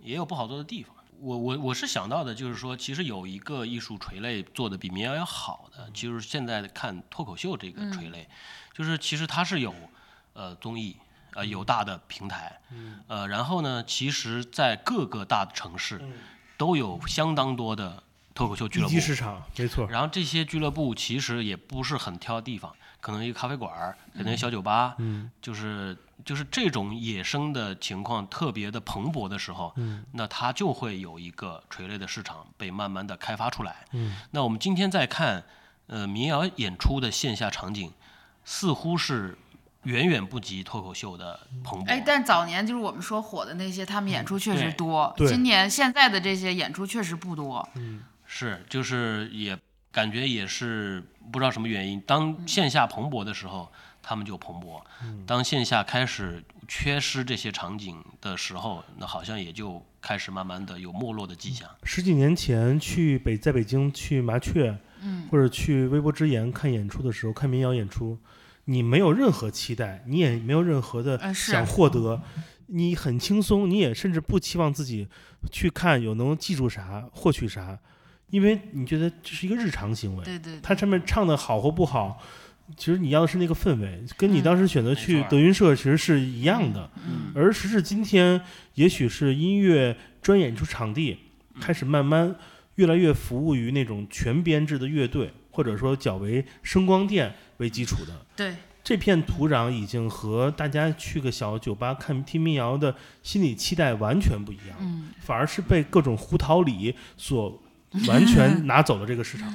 也有不好做的地方。我我我是想到的，就是说，其实有一个艺术垂类做的比民谣要好的，就是现在看脱口秀这
嗯
个垂类，就是其实它是有呃综艺，呃有大的平台，呃，然后呢，其实在各个大的城市都有相当多的脱口秀俱
一
乐部
级，市场，没错。
然后这些俱乐部其实也不是很挑地方，可能一个咖啡馆儿，可能一个小酒吧，
嗯
就是就是这种野生的情况特别的蓬勃的时候，
嗯
那它就会有一个垂类的市场被慢慢的开发出来。
嗯
那我们今天再看，呃，民谣演出的线下场景，似乎是远远不及脱口秀的蓬勃。
哎，但早年就是我们说火的那些，他们演出确实
对
多。
嗯对
今年现在的这些演出确实不多。
是，就是也感觉也是不知道什么原因，
嗯
当线下蓬勃的时候，他们就蓬勃；当线下开始缺失这些场景的时候，那好像也就开始慢慢的有没落的迹象。
十几年前去北在北京去麻雀，
嗯，
或者去微波之言看演出的时候，看民谣演出，你没有任何期待，你也没有任何的
嗯是
想获得，你很轻松，你也甚至不期望自己去看有能记住啥、获取啥，因为你觉得这是一个日常行为。
对对对
它上面唱的好或不好，其实你要的是那个氛围，跟你当时选择
嗯没
去
错
德云社其实是一样的。
嗯
而时至今天，也许是音乐专业演出场地
嗯
开始慢慢越来越服务于那种全编制的乐队，或者说较为声光电为基础的。
对，
这片土壤已经和大家去个小酒吧看听民谣的心理期待完全不一样，
嗯，
反而是被各种胡桃里所完 全拿走了这个市场。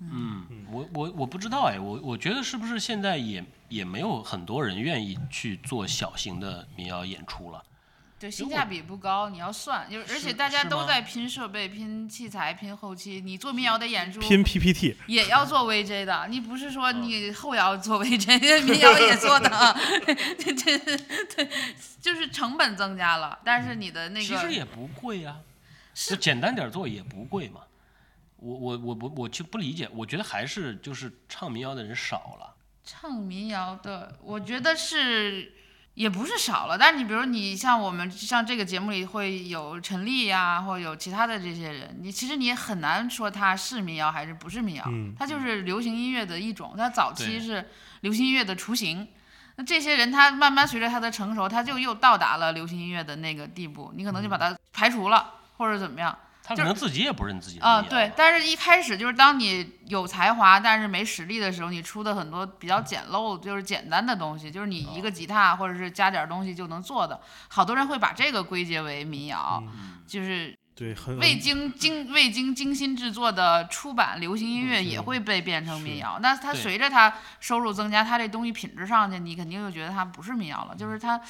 嗯，我我我不知道哎，我我觉得是不是现在也也没有很多人愿意去做小型的民谣演出了？
对，性价比不高，你要算，就是而且
是
大家
是
都
吗
在拼设备、拼器材、拼后期。你做民谣的演出，
拼 PPT，
也要做 VJ 的，你不是说
嗯
你后摇做 VJ，、民谣也做的， 这这对，就是成本增加了，但是你的那
其实
个
也不贵呀、
是
就简单点儿做也不贵嘛。我我我不我就不理解，我觉得还是就是唱民谣的人少了。
唱民谣的，我觉得是也不是少了，但是你比如你像我们像这个节目里会有陈粒呀、或者有其他的这些人，你其实你也很难说它是民谣还是不是民谣，
嗯
它就是流行音乐的一种，它早期
对
是流行音乐的雏形。那这些人，他慢慢随着他的成熟，他就又到达了流行音乐的那个地步，你可能
嗯
就把他排除了，或者怎么样。
他
就
可能自己也不认自己的
啊、
民谣
对，但是一开始就是当你有才华但是没实力的时候，你出的很多比较简陋，就是简单的东西，就是你一个吉他嗯或者是加点儿东西就能做的，好多人会把这个归结为民谣，就是
对，很
未经精未经精心制作的出版流行音乐也会被变成民谣。那它
对
随着它收入增加，它这东西品质上去，你肯定就觉得它不是民谣了，就是它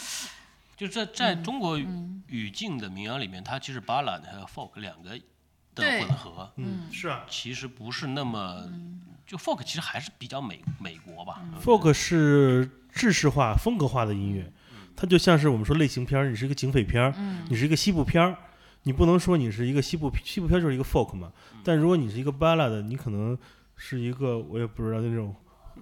就是在在
嗯
中国语境的民谣里面，它其实巴 a l 还有 folk 两个的
对嗯
混合，
嗯是啊
其实不是那么就 folk 其实还是比较美美国吧。
嗯，folk 是制式化、风格化的音乐，
嗯
它就像是我们说类型片儿，你是一个警匪片儿，
嗯
你是一个西部片儿，你不能说你是一个西部西部片儿就是一个 folk 嘛，
嗯
但如果你是一个 ballad，你可能是一个我也不知道那种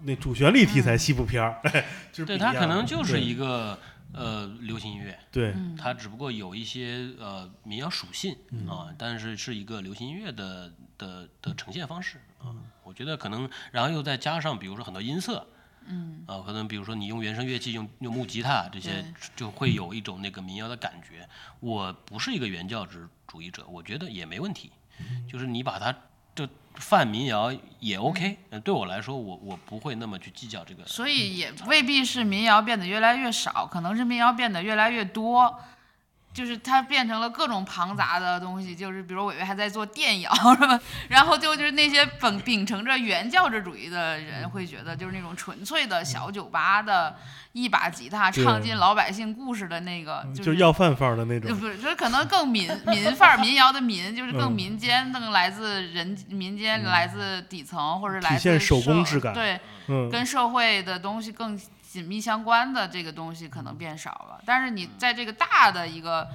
那主旋律题
嗯
材西部片儿， 就是
对，
不一样
它可能就是
对
一个呃流行音乐，
对，
嗯
它只不过有一些呃民谣属性啊，但是是一个流行音乐的的的呈现方式啊。我觉得可能，然后又再加上比如说很多音色
嗯
啊，可能比如说你用原声乐器，用用木吉他这些
对，
就会有一种那个民谣的感觉。我不是一个原教旨主义者，我觉得也没问题，就是你把它就泛民谣
嗯
也 OK。呃对我来说，我我不会那么去计较这个。
所以也未必是民谣变得越来越少，可能是民谣变得越来越多，就是它变成了各种庞杂的东西，就是比如伟伟还在做电谣是吧？ 然后就就是那些本秉承着原教旨主义的
嗯
人会觉得，就是那种纯粹的小酒吧的一把吉他
对嗯
唱尽老百姓故事的那个，
就是是要饭范儿的那
呃
种，
不是，就是可能更民民范儿，民谣的民，就是更
嗯
民间，更来自人民间，来自底层或者来
体现
自
手工
社
质感
对，
嗯，
跟社会的东西更紧密相关的这个东西可能变少了，但是
嗯
你在这个大的一个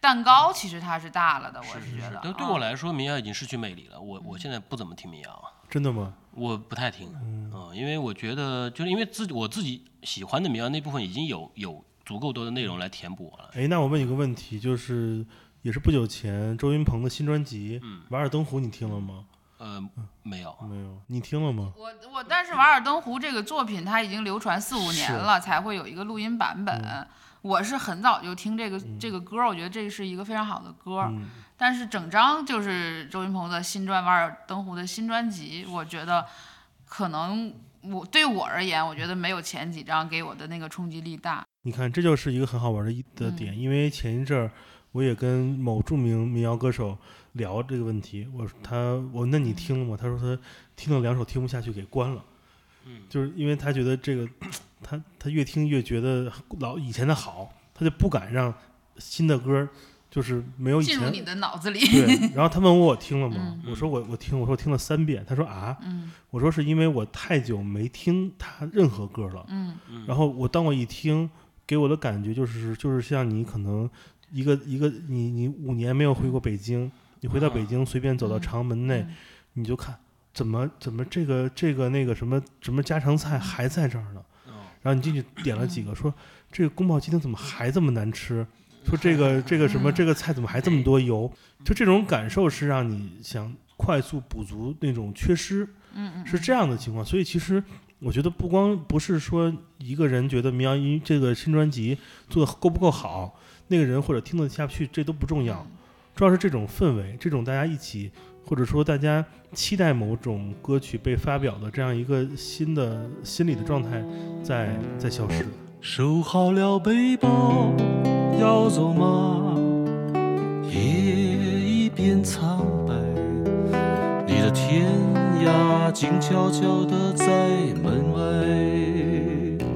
蛋糕，其实它是大了的，我
是是
觉得
是
啊。，
对对我来说，民谣已经失去魅力了。我我现在不怎么听民谣。啊
真的吗？
我不太听，嗯、因为我觉得就是因为自己我自己喜欢的民谣那部分已经有有足够多的内容来填补我了。
哎，那我问你个问题，就是也是不久前周云鹏的新专辑
嗯
《瓦尔登湖》，你听了吗？
呃，没有，
没有，你听了吗？
我我，但是《瓦尔登湖》这个作品，它已经流传四五年
是
了，才会有一个录音版本。
嗯
我是很早就听这个、这个歌儿，我觉得这是一个非常好的歌儿。
嗯
但是整张就是周云鹏的新专《瓦尔登湖》的新专辑，我觉得可能我对我而言，我觉得没有前几张给我的那个冲击力大。
你看，这就是一个很好玩的一
嗯
的点，因为前一阵儿我也跟某著名民谣歌手聊这个问题，我说他我那
嗯
你听了吗？他说他听了两首听不下去，给关了。
嗯，
就是因为他觉得这个，他他越听越觉得老以前的好，他就不敢让新的歌儿就是没有以
进入
前
你的脑子里。
对，然后他问我我听了吗
嗯？
我说我我听，我说我听了三遍。他说啊，
嗯
我说是因为我太久没听他任何歌了。
嗯
嗯
然后我当我一听，给我的感觉就是就是像你可能一个一个你你五年没有回过北京，你回到北京随便走到长门内，
嗯
你就看怎么怎么这个这个那个什么什么家常菜还在这儿呢。
哦
然后你进去点了
嗯
几个，说这个宫保鸡丁怎么还这么难吃？说这
嗯
个这个什么这个菜怎么还这么多油？就这种感受是让你想快速补足那种缺失，
嗯嗯，
是这样的情况。所以其实我觉得不光不是说一个人觉得民谣音这个新专辑做的够不够好，那个人或者听得下去，这都不重
嗯
要，重要是这种氛围，这种大家一起。或者说，大家期待某种歌曲被发表的这样一个新的心理的状态在在消失。
收好了背包，要走吗？夜一片苍白，你的天涯静悄悄地在门外。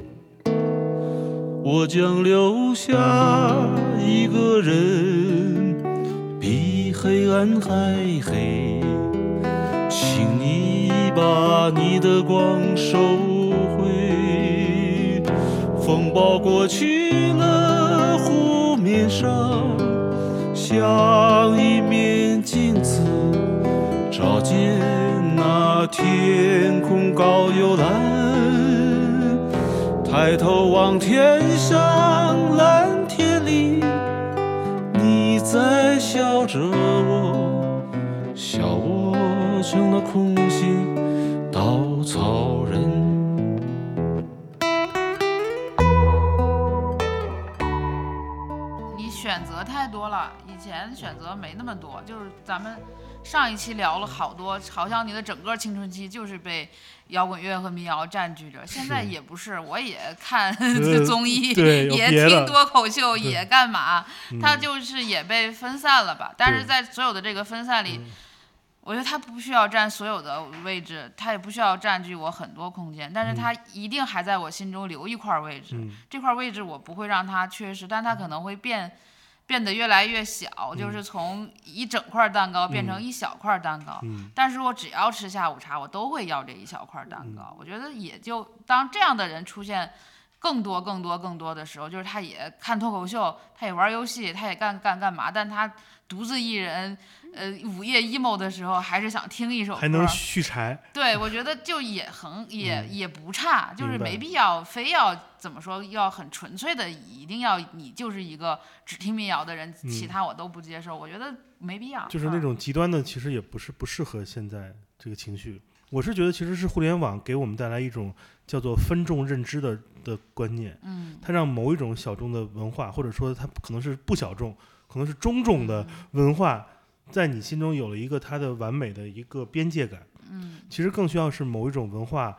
我将留下一个人，比黑暗还黑。请你把你的光收回。风暴过去了，湖面上像一面镜子，照见那天空高又蓝。抬头望天上，蓝天里，你在笑着我，笑我成了空心稻草人。
你选择太多了，以前选择没那么多，就是咱们上一期聊了好多，好像你的整个青春期就是被摇滚乐和民谣占据着。现在
是
也不是，我也看
呃
综艺，
对有
也
别的
听脱口秀，
对
也干嘛，它
嗯
就是也被分散了吧。但
对
是
嗯
在所有的这个分散里，我觉得它不需要占所有的位置，它也不需要占据我很多空间，但是它一定还在我心中留一块位置。
嗯
这块位置我不会让它缺失，但它可能会变变得越来越小，
嗯
就是从一整块蛋糕变成一小块蛋糕。
嗯
但是我只要吃下午茶，我都会要这一小块蛋糕。我觉得也就当这样的人出现更多、更多、更多的时候，就是他也看脱口秀，他也玩游戏，他也干干干嘛，但他独自一人，呃，午夜 emo 的时候，还哦是想听一首歌。
还能续柴，
对，我觉得就也很也、也不差，就是
明白
没必要非要怎么说，要很纯粹的，一定要你就是一个只听民谣的人，其
嗯
他我都不接受，我觉得没必要。
就是那种极端的，其实也不是不适合现在这个情绪。我是觉得，其实是互联网给我们带来一种叫做分众认知的的观念，
嗯，
它让某一种小众的文化，或者说它可能是不小众，可能是中众的
嗯
文化，在你心中有了一个它的完美的一个边界感。
嗯，
其实更需要是某一种文化，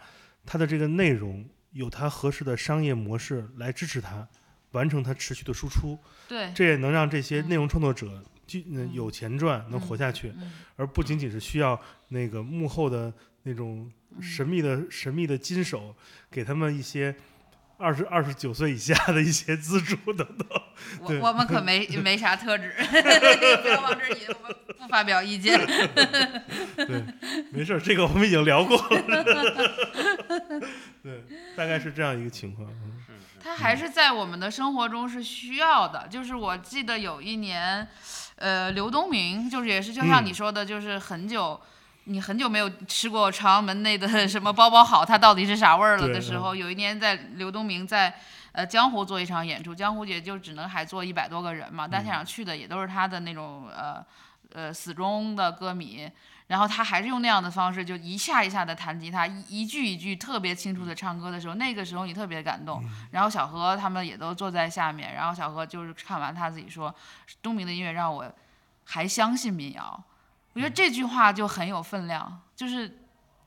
它的这个内容有它合适的商业模式来支持它，完成它持续的输出，
对，
这也能让这些内容创作者就嗯有钱赚，能
嗯
活下去。
嗯
而不仅仅是需要那个幕后的那种
嗯
神秘的、神秘的金手，给他们一些二十二十九岁以下的一些资助等等。
我
对
我们 可没没啥特质， 不要往这儿引，我们不发表意见。
对，没事儿，这个我们已经聊过了。 对，大概是这样一个情况。嗯
是是
它还是在我们的生活中是需要的。就是我记得有一年，呃，刘东明就是也是就像
嗯
你说的，就是很久。你很久没有吃过朝阳门内的 什么包包好，它到底是啥味儿了
对
的时候，有一年在刘东明在呃江湖做一场演出，江湖也就只能还坐一百多个人嘛，但现场去的也都是他的那种呃呃死忠的歌迷，然后他还是用那样的方式，就一下一下的弹吉他，一一句一句特别清楚的唱歌的时候，那个时候你特别感动。然后小何他们也都坐在下面，然后小何就是看完他自己说，东明的音乐让我还相信民谣，我觉得这句话就很有分量，就是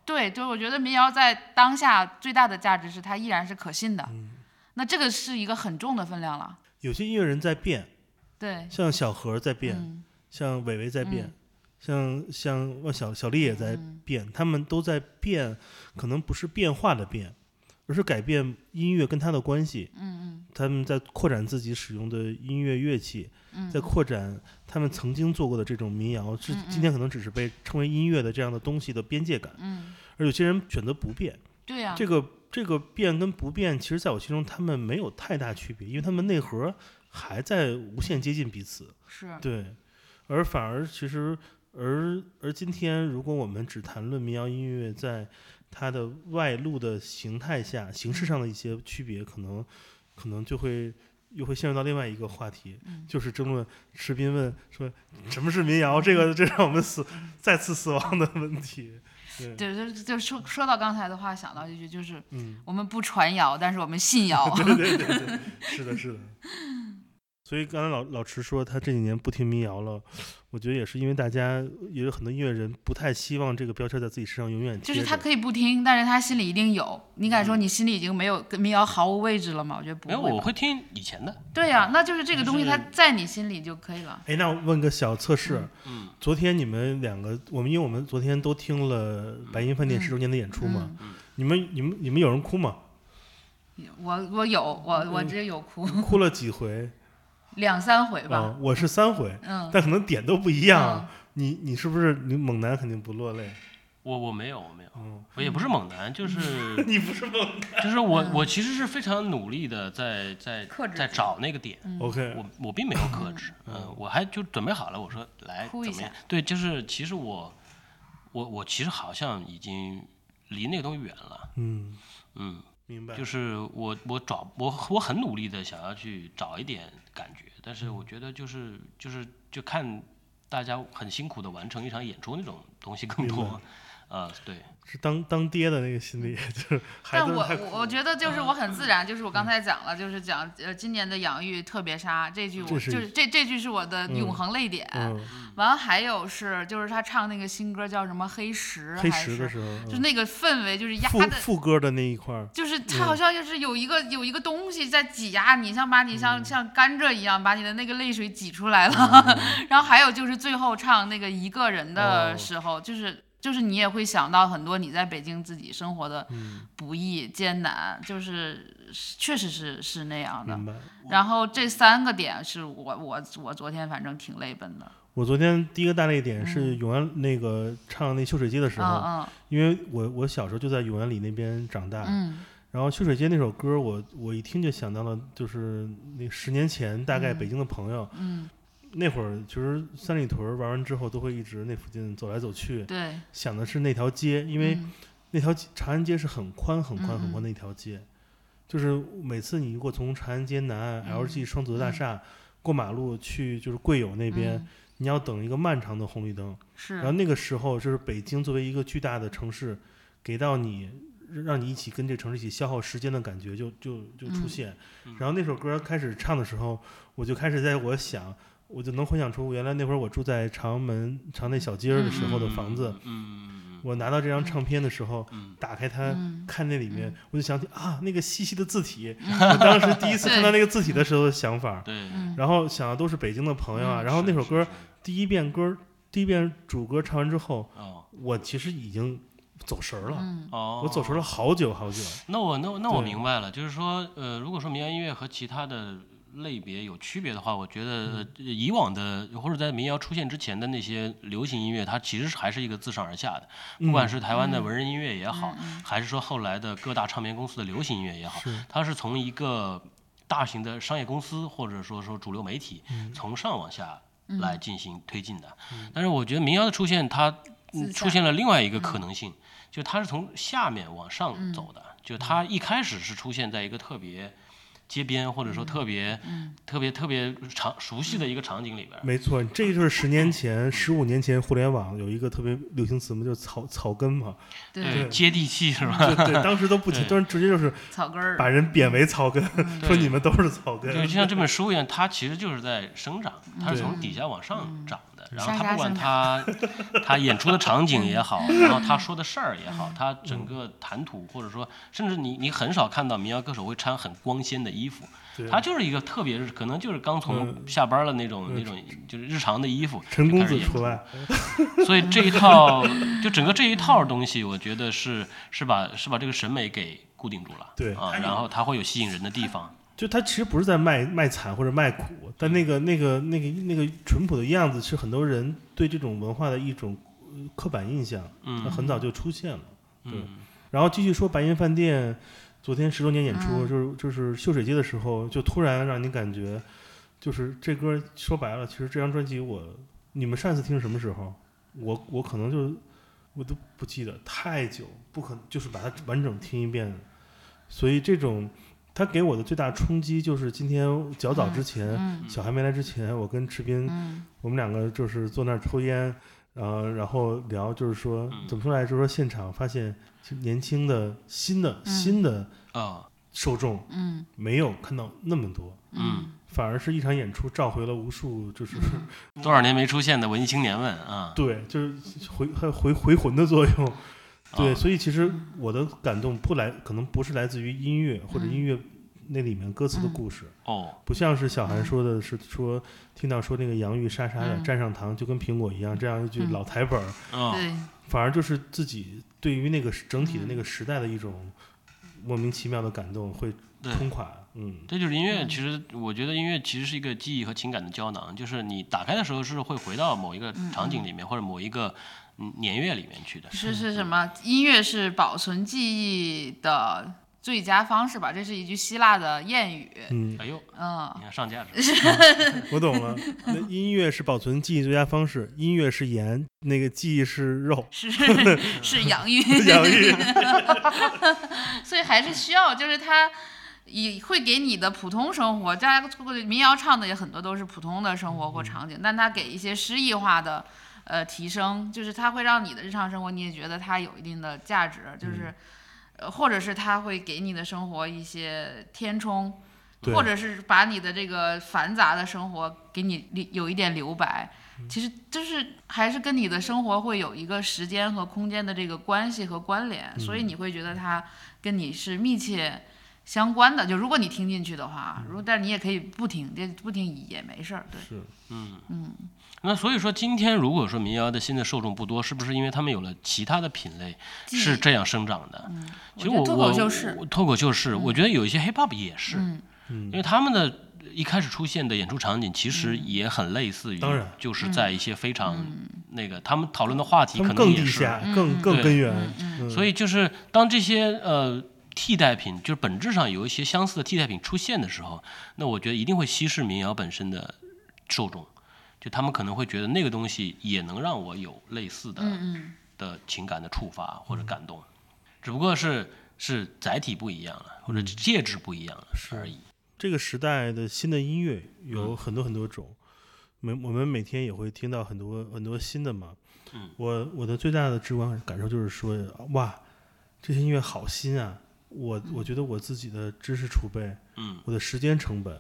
对，就是我觉得民谣在当下最大的价值是它依然是可信的，
嗯
那这个是一个很重的分量了，
有些音乐人在变，
对，
像小何在变，
嗯
像伟伟在变，
嗯
像像哇小小丽也在变，他们都在变，可能不是变化的变，而是改变音乐跟它的关系。
嗯
他们在扩展自己使用的音乐乐器，
嗯
在扩展他们曾经做过的这种民谣，是
嗯嗯
今天可能只是被称为音乐的这样的东西的边界感。
嗯，啊
而有些人选择不变，
对呀、
这个这个变跟不变，其实在我心中他们没有太大区别，因为他们内核还在无限接近彼此。
是，
对，而反而其实，而而今天，如果我们只谈论民谣音乐在它的外露的形态下、形式上的一些区别，可能可能就会又会陷入到另外一个话题，
嗯
就是 争论。池斌问说：“什么是民谣？”这个这让我们死再次死亡的问题。对，
对，就就说说到刚才的话，想到一句就是。
嗯，
我们不传谣，但是我们信谣。
对对对对，是的，是的。所以刚才老老池说他这几年不听民谣了，我觉得也是因为大家也有很多音乐人不太希望这个标签在自己身上永远
就
贴着。
是他可以不听，但是他心里一
嗯
定有。你敢说你心里已经没有跟民谣毫无位置了吗？我觉得不
没有，
会
哎我
吧。
会听以前的，
对呀、那就是这个东西，
是
它在你心里就可以了。
哎，那我问个小测试，
嗯
昨天你们两个，我们因为我们昨天都听了白银饭店十周年的演出嘛，
嗯
你们你们你们有人哭吗？
嗯我我有我
嗯
我这有哭
哭了几回？
两三回吧，
啊，我是三回，
嗯，
但可能点都不一样啊。你你是不是你猛男肯定不落泪？
我我没有我没有，
嗯，
我也不是猛男，就是
你不是猛男。
就是我我其实是非常努力的在在
克制自己
在找那个点，
OK，
我我并没有克制，嗯，我还就准备好了，我说来
哭一
怎么样
下？
对，就是其实我我我其实好像已经离那个东西远了，
嗯，
嗯，
明白。
就是我我找我我很努力的想要去找一点感觉，但是我觉得就是就是就看大家很辛苦的完成一场演出那种东西更
明白
多，啊，对，
是当当爹的那个心理， 就是孩
嗯但
子
我
太嗯
我我觉得就是我很自然，就是我刚才讲了，就是讲呃今年的养育特别杀这句我，
这是
就是这这句是我的永
嗯
恒泪点。
嗯，
完了还有是就是他唱那个新歌叫什么黑石
黑
还
石的
是
时候，
就
嗯
那个氛围就是压
副
的
副歌的那一块儿，
就是它好像就是有一个、有一个东西在挤压你，像把你
嗯
像、像甘蔗一样把你的那个泪水挤出来了。
啊
然后还有就是最后唱那个一个人的时
哦
候，就是就是你也会想到很多你在北京自己生活的
嗯
不易、艰难，就是确实是是那样的
明。白。
然后这三个点是我我我昨天反正挺泪奔的。
我昨天第一个大泪点是永安那个唱那秋水街的时候，
嗯
因为我我小时候就在永安里那边长大，
嗯
然后秋水街那首歌我我一听就想到了，就是那十年前大概北京的朋友，
嗯
那会儿其实三里屯玩完之后都会一直那附近走来走去
嗯，，对，
想的是那条街，因为
嗯
那条街长安街是很宽很宽很宽
嗯嗯
的一条街，就是每次你如果从长安街南、
嗯
LG 双子座大厦过马路去就是贵友那边，
嗯
你要等一个漫长的红绿灯。
是
然后那个时候，就是北京作为一个巨大的城市，给到你让你一起跟这个城市一起消耗时间的感觉就就就出
嗯
现。
嗯
然后那首歌开始唱的时候，我就开始在我想，我就能回想出原来那会儿我住在长门长内小街儿的时候的房子。
嗯，嗯嗯嗯
我拿到这张唱片的时候，
嗯，
打开它、
嗯
看那里面，我就想起啊，那个细细的字体，我当时第一次看到那个字体的时候 的想法，
对，
嗯
然后想的都是北京的朋友啊。
嗯
然后那
是
首
是
歌
是
第一遍歌，第一遍主歌唱完之后，
哦
我其实已经走神儿了，
嗯
哦，
我走神儿了好久好久。
那我那我那我
对
明白了，就是说，呃，如果说民谣音乐和其他的类别有区别的话，我觉得、呃以往的或者在民谣出现之前的那些流行音乐，它其实是还是一个自上而下的，不管是台湾的文人音乐也好，还是说后来的各大唱片公司的流行音乐也好，它是从一个大型的商业公司或者说说主流媒体、从上往下来进行推进的。但是我觉得民谣的出现，它嗯
自
出
下
现了另外一个可能性，就它是从下面往上走的，就它一开始是出现在一个特别街边或者说特别、特别特别常熟悉的一个场景里边儿。
没错，这就是十年前、十五年前互联网有一个特别流行词嘛，就是草草根嘛。
对，
对，
接地气是吧？
就 对，当时都不提，
对
当时直接就是
草根儿
把人贬为草根，
嗯
说
对
你们都是草根。
对，就像这本书一样，它其实就是在生长，它是
对
从底下往嗯上长的。然后
沙
它
沙
不管
生
它 它演出的场景也好，然后他说的事儿也好，他整个谈吐或者说，甚至你你很少看到民谣歌手会穿很光鲜的衣服，
对嗯
他就是一个特别可能就是刚从下班了那种那种就是日常的衣服
陈公
就开始
子
演
除外，
所以这一套就整个这一套东西，我觉得是是把是把这个审美给固定住了，
对
啊，然后它会有吸引人的地方。
就他其实不是在卖卖惨或者卖苦，但那个那个那个那个淳朴的样子是很多人对这种文化的一种呃刻板印象，
嗯
它很早就出现了。对
嗯，
然后继续说白银饭店，昨天十周年演出，
嗯
就是就是秀水街的时候，就突然让你感觉，就是这歌说白了，其实这张专辑我你们上一次听是什么时候？我我可能就我都不记得，太久，不可就是把它完整听一遍。所以这种，它给我的最大冲击就是今天较早之前，
嗯
小孩没来之前，我跟池斌
嗯
我们两个就是坐那儿抽烟，然后然后聊，就是说
嗯
怎么说来，就是说现场发现其实年轻的新的
嗯
新的
啊，
受众
嗯
没有看到那么多，
嗯，
反而是一场演出召回了无数 就是、，
多少年没出现的文艺青年们啊
对，就是回还回回魂的作用。对，
啊
所以其实我的感动不来，可能不是来自于音乐或者
嗯
音乐那里面歌词的故事，
哦，
不像是小韩说的是说听到说那个洋芋沙沙的
嗯
蘸上糖就跟苹果一样这样一句
嗯
老台本儿，
嗯，
对，
反而就是自己对于那个时整体的那
嗯
个时代的一种莫名其妙的感动会
对
冲垮，嗯，
这就是音乐。
嗯
其实我觉得音乐其实是一个记忆和情感的胶囊，就是你打开的时候是会回到某一个场景里面或者某一个嗯年月里面去的。
是是什么？音乐是保存记忆的最佳方式吧？这是一句希腊的谚语。
嗯，
哎呦，
嗯。
你看上价值。
我懂了。那音乐是保存记忆最佳方式，音乐是盐，那个记忆是肉
是是养育，
洋芋，
所以还是需要，就是它也会给你的普通生活，
嗯
大家民谣唱的也很多都是普通的生活或场景，但它给一些诗意化的呃提升，就是它会让你的日常生活你也觉得它有一定的价值，就是、
嗯
呃或者是它会给你的生活一些填充，
对
或者是把你的这个繁杂的生活给你留有一点留白。
嗯
其实就是还是跟你的生活会有一个时间和空间的这个关系和关联，所以
嗯
你会觉得它跟你是密切相关的。就如果你听进去的话，
嗯
如但你也可以不听，这不听也没事儿。对，
是
那所以说，今天如果说民谣的新的受众不多，是不是因为他们有了其他的品类
记忆
是这样生长的？其实
嗯我觉
我
得脱口秀是嗯
我脱口秀是，我觉得有一些 hip hop 也是，
嗯
因为他们的一开始出现的演出场景其
嗯
实也很类似于
当然，
就是在一些非常那个他们讨论的话题
他
可
们
能
更
也
地
是
下，更更
对
根源，
所以就是当这些呃替代品，就是本质上有一些相似的替代品出现的时候，那我觉得一定会稀释民谣本身的受众，就他们可能会觉得那个东西也能让我有类似的
嗯
的情感的触发或者感动，只不过是是载体不一样了，或者
嗯
介质不一样了而已。
这个时代的新的音乐有
嗯
很多很多种，每、我们每天也会听到很多很多新的嘛。
嗯
我我的最大的直观感受就是说，哇，这些音乐好新啊！我我觉得我自己的知识储备、
嗯
我的时间成本，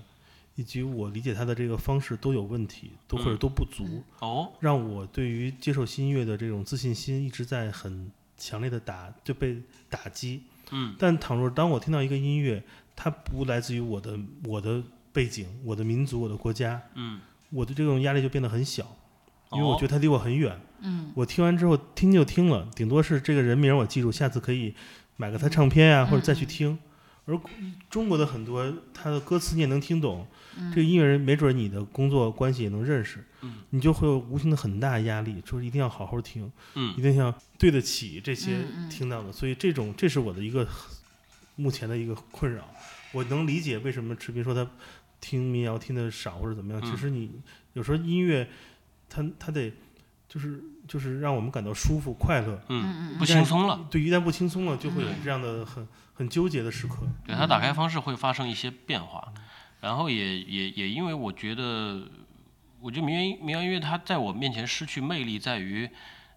以及我理解它的这个方式都有问题，都或者
嗯
都不足，
哦，
让我对于接受新音乐的这种自信心一直在很强烈的打就被打击。
嗯
但倘若当我听到一个音乐，它不来自于我的我的背景、我的民族、我的国家，
嗯，哦
我的这种压力就变得很小，因为我觉
得
得它离我很远。
嗯，
我听完之后听就听了，顶多是这个人名我记住，下次可以买个他唱片呀、或者再去听。而中国的很多他的歌词你也能听懂，
嗯
这个音乐人没准你的工作关系也能认识，
嗯
你就会有无形的很大压力，就是一定要好好听。一
嗯
定要对得起这些
嗯嗯
听到的，所以这种这是我的一个目前的一个困扰。我能理解为什么池斌说他听民谣听的少或者怎么样，
嗯
其实你有时候音乐它它得就是就是让我们感到舒服快乐，
嗯
嗯
不轻松了，
对，一旦不轻松了，就会有这样的很很纠结的时刻。
对它打开
嗯
方式会发生一些变化，然后也也也因为我觉得，我觉得民谣音民谣音乐它在我面前失去魅力，在于，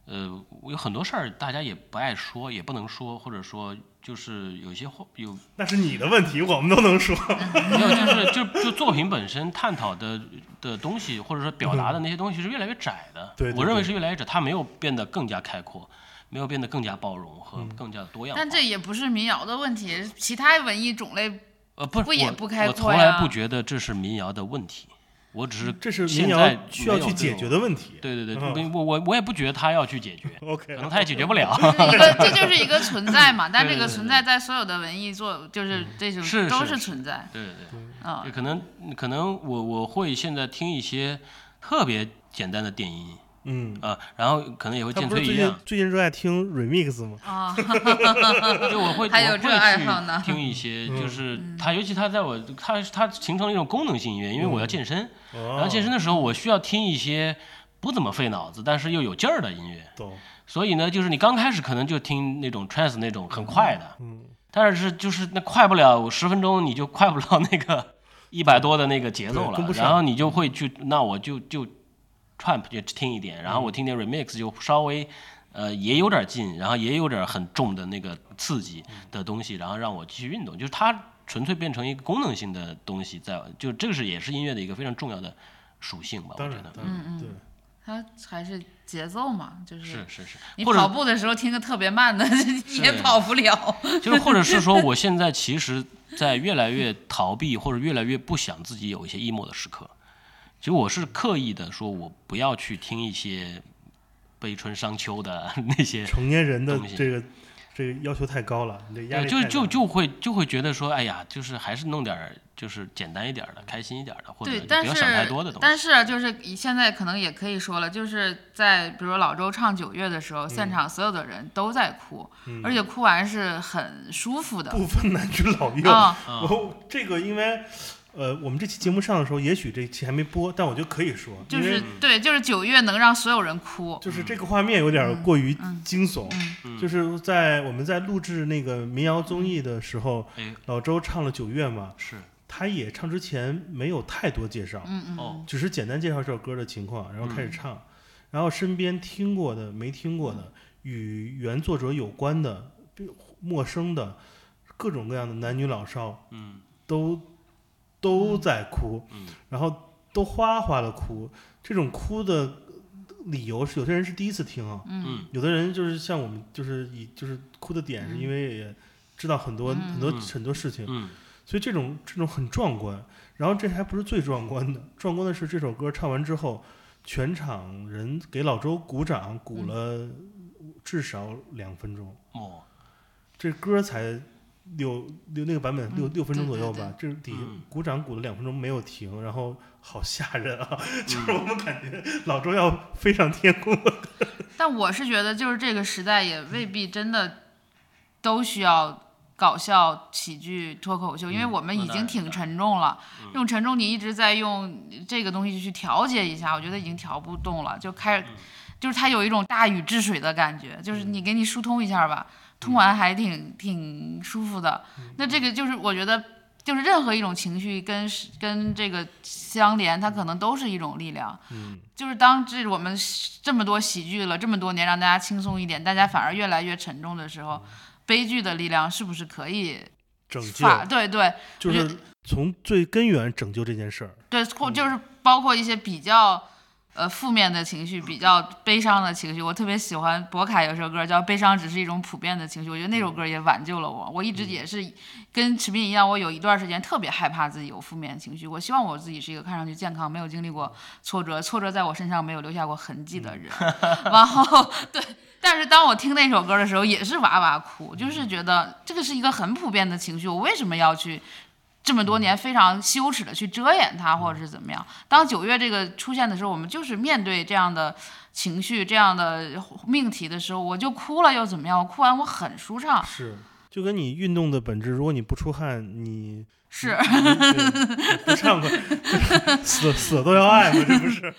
呃，我有很多事儿大家也不爱说，也不能说，或者说就是有些话有
那是你的问题，我们都能说。
嗯没有就是 就就作品本身探讨的的东西，或者说表达的那些东西是越来越窄的，
嗯对对
我认为
对
是越来越窄，它没有变得更加开阔，没有变得更加包容
嗯
和更加多样化。
但这也不是民谣的问题，其他文艺种 类
呃，不是，
不也
我
不开
我
阔
从来
呀
不觉得这是民谣的问题，我只是
这是
现
民谣
在
需
没
要
有
去
这
解
种
决的问题。
对对对，
嗯
我我我也不觉得他要去解决，
OK，
可能他也解决 不了。
就是一个，这就是一个存在嘛。但
对
这个
对
存
对嗯
在在所有的文艺作，就是这种
是
都
是是
存在。
对对对，
嗯
就可能可能我我会现在听一些特别简单的电音
嗯，
啊、然后可能也会
他
建
不是
崔
最
一
近
样，
最近热爱听 remix 吗？
啊，
就我会
还有
我
这
会
爱
去
好呢嗯
听一些，
嗯
就是他尤其他在我他他形成了一种功能性音乐，因为我要健身，然
哦
后，健身的时候我需要听一些不怎么费脑子但是又有劲儿的音乐。
懂，
所以呢，就是你刚开始可能就听那种 trance 那种很快的，
嗯，
但是就是那快不了十分钟，你就快不了那个 一百多的那个节奏
对跟
了
不，上
然后你就会去，那我就就 trump 就听一
嗯
点，然后我听点 remix 就稍微。呃，也有点劲，然后也有点很重的那个刺激的东西，然后让我继续运动，就是它纯粹变成一个功能性的东西在，就这个是也是音乐的一个非常重要的属性吧，我
当
觉
然
得，
当
嗯
然，对。
它还是节奏嘛，就是
是是，
你
或者
跑步的时候听个特别慢的， 也跑不了。
就是或者是说，我现在其实，在越来越逃避或者越来越不想自己有一些 emo 的时刻，其实我是刻意的说，我不要去听一些悲春伤秋的 那些，
成年人的
东西
这个这个要求太高了，你这压
对，
力
就
太大
就
了
就会就会觉得说，哎呀，就是还是弄点儿就是简单一点儿的，开心一点儿的，或者
对，
不
但
要想太
是
多的东西。
但是啊就是以现在可能也可以说了，就是在比如老周唱九月的时
嗯
候，现场所有的人都在哭，而且哭完是很舒服的。
不分男女老幼。
啊，
我这个因为呃，我们这期节目上的时候，也许这期还没播，但我觉得可以说，
就
因
是
为
对，就是九月能让所有人哭。
就是这个画面有
嗯
点过于惊悚。
嗯
就是在我们在录制那个民谣综艺的时候，
哎，
老周唱了《九月》嘛，
是
他也唱之前没有太多介绍，
嗯嗯，
哦，嗯
只是简单介绍这首歌的情况，然后开始唱。然后身边听过的、没听过的、与原作者有关的、陌生的，各种各样的男女老少
嗯
都都在哭，
嗯
然后都哗哗的哭。这种哭的理由是，有些人是第一次听啊，
嗯
嗯
有的人就是像我们，就是以就是哭的点，是因为也知道很多、很多
嗯
很多事情，
嗯
所以这种这种很壮观。然后这还不是最壮观的， 壮观的是这首歌唱完之后，全场人给老周鼓掌，鼓了
嗯
至少两分钟，
哦
这歌才六六那个版本六、
嗯
六分钟左右
对对
吧，这底下
嗯
鼓掌鼓了两分钟没有停，然后好吓人 啊！
嗯
就是我们感觉老周要飞上天空了。
但我是觉得，就是这个时代也未必真的都需要搞笑、喜剧、脱口秀，因为我们已经挺沉重了。这种沉重，你一直在用这个东西去调节一下，我觉得已经调不动了，就开始，就是它有一种大禹治水的感觉，就是你给你疏通一下吧，通完还挺挺舒服的。那这个就是我觉得。就是任何一种情绪跟跟这个相连，它可能都是一种力量。
嗯，
就是当这我们这么多喜剧了，这么多年让大家轻松一点，大家反而越来越沉重的时候，悲剧的力量是不是可以
拯救
发？对对
就
我觉
是从最根源拯救这件事儿。
对，或就是包括一些比较呃负面的情绪，比较悲伤的情绪。我特别喜欢博凯有首歌叫《悲伤只是一种普遍的情绪》，我觉得那首歌也挽救了我。我一直也是跟池斌一样，我有一段时间特别害怕自己有负面情绪。我希望我自己是一个看上去健康、没有经历过挫折、挫折在我身上没有留下过痕迹的人。 然后对。但是当我听那首歌的时候，也是哇哇哭，就是觉得这个是一个很普遍的情绪，我为什么要去这么多年非常羞耻的去遮掩它，或者是怎么样？当九月这个出现的时候，我们就是面对这样的情绪、这样的命题的时候，我就哭了又怎么样？我哭完我很舒畅，
是，就跟你运动的本质，如果你不出汗，你
是，
对不畅快， 死死都要爱嘛，这不是？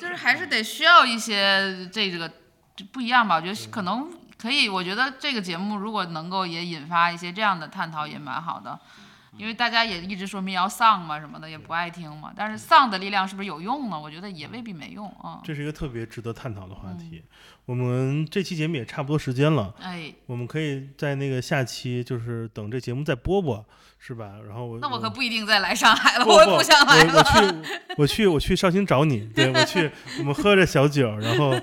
就是还是得需要一些这个不一样吧。我觉得可能可以，我觉得这个节目如果能够也引发一些这样的探讨，也蛮好的。因为大家也一直说民谣丧嘛什么的，也不爱听嘛。但是丧的力量是不是有用呢？我觉得也未必没用啊。
这是一个特别值得探讨的话题。
嗯
我们这期节目也差不多时间了，
哎，
我们可以在那个下期，就是等这节目再播播，是吧？然后我
那我可
我
不一定再来上海了，
不
我也
不
不想来
我
了。
去，我去，我去绍兴找你。对，我去，我们喝着小酒，然后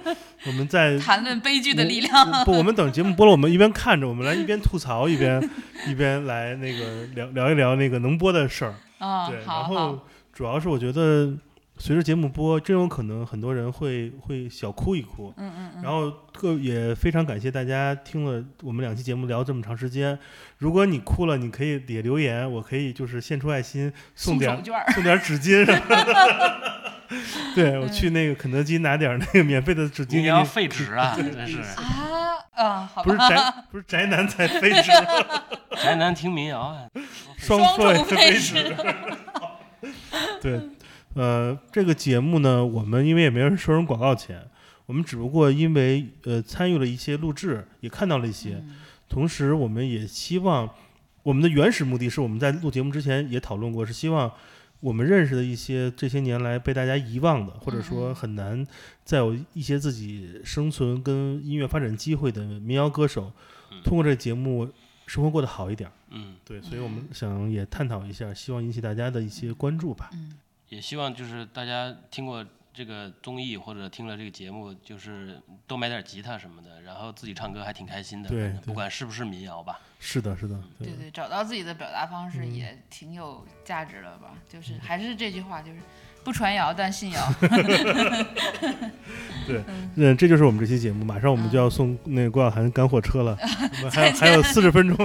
我们 再
谈论悲剧的
我
力量。
我不，我们等节目播了，我们一边看着，我们来一边吐槽，一边一边来那个聊聊一聊那个能播的事儿。
啊，
对，
好
然
好
后，主要是我觉得随着节目播，真有可能很多人会会小哭一哭。
嗯嗯嗯，
然后特也非常感谢大家听了我们两期节目聊这么长时间。如果你哭了，你可以也留言，我可以就是献出爱心送点
手绢儿，
送点纸 巾什么的。对我去那个肯德基拿点那个免费的纸巾
你
给
要
你，
废纸 啊，真是
啊啊，好
不
吧，
是宅不是宅男才非 纸，
宅男听民谣啊，
双
重
非
配
纸。
置，
对，呃，这个节目呢，我们因为也没人收人广告钱，我们只不过因为呃参与了一些录制，也看到了一些，同时我们也希望我们的原始目的是我们在录节目之前也讨论过，是希望。我们认识的一些这些年来被大家遗忘的，或者说很难再有一些自己生存跟音乐发展机会的民谣歌手，通过这个节目生活过得好一点儿。
嗯，
对，所以我们想也探讨一下，希望引起大家的一些关注吧。
也希望就是大家听过这个综艺或者听了这个节目，就是多买点吉他什么的，然后自己唱歌还挺开心的，
对
反正
对
不管是不是民谣吧，
是的，是的，
对对，找到自己的表达方
嗯
式也挺有价值了吧？就是还是这句话，就是不传谣但信谣。
嗯，这就是我们这期节目，马上我们就要送那个郭晓涵赶火车了，我们还有还有四十分钟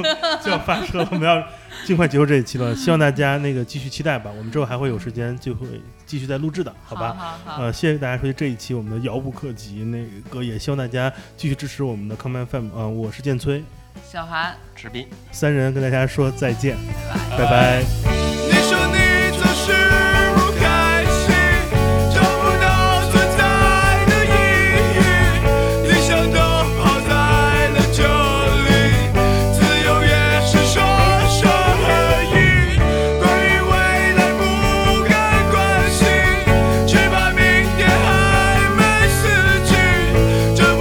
就要发车了，我们要尽快结束这一期了，希望大家那个继续期待吧，我们之后还会有时间就会继续再录制的， 好吧？
好好好，
呃，谢谢大家收听这一期我们的遥不可及那个，也希望大家继续支持我们的 c o m m n FM 啊、我是建崔，
小韩。
吃冰。
三人跟大家说再见，拜拜
你说你总是不开心，找不到存在的意义，理想都抛在了这里，自由也是说说而已。关于未来不该关心，只怕明天还没死去。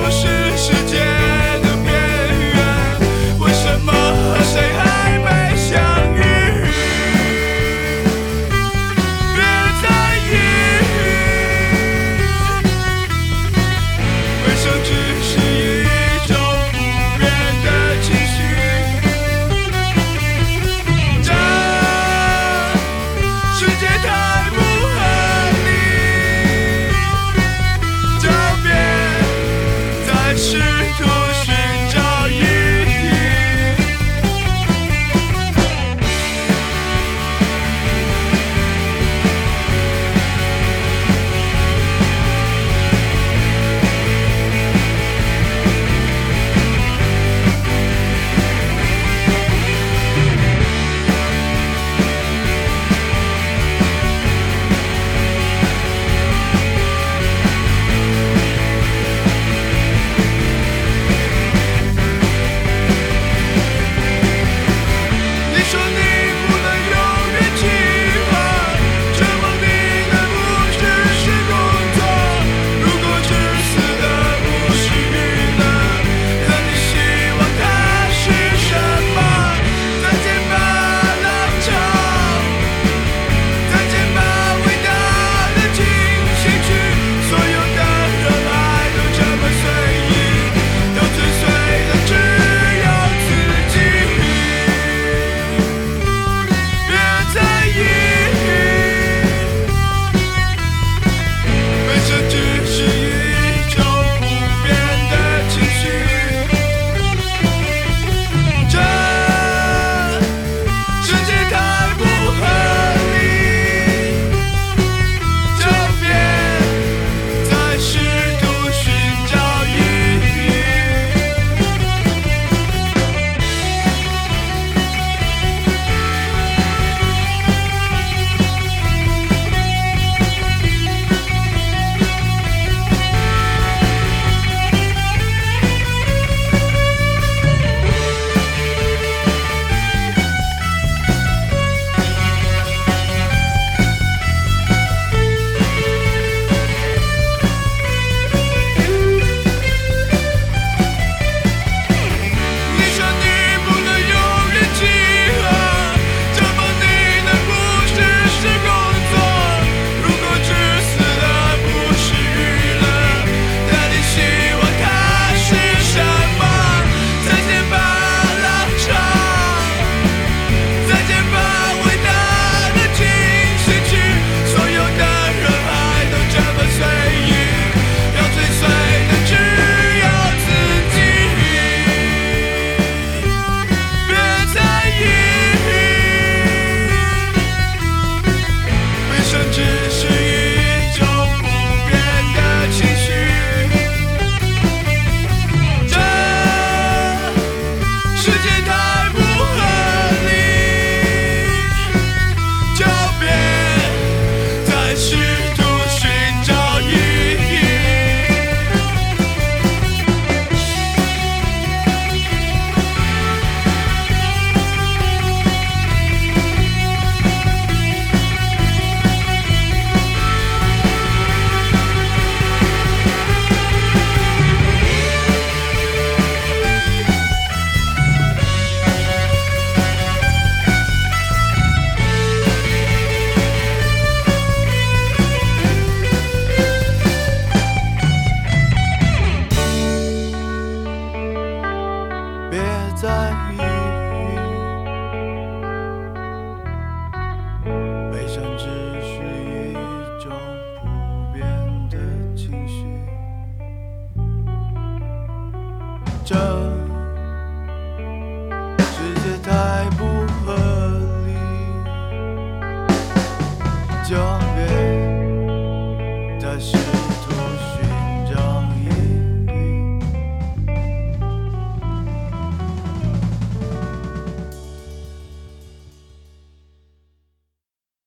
着。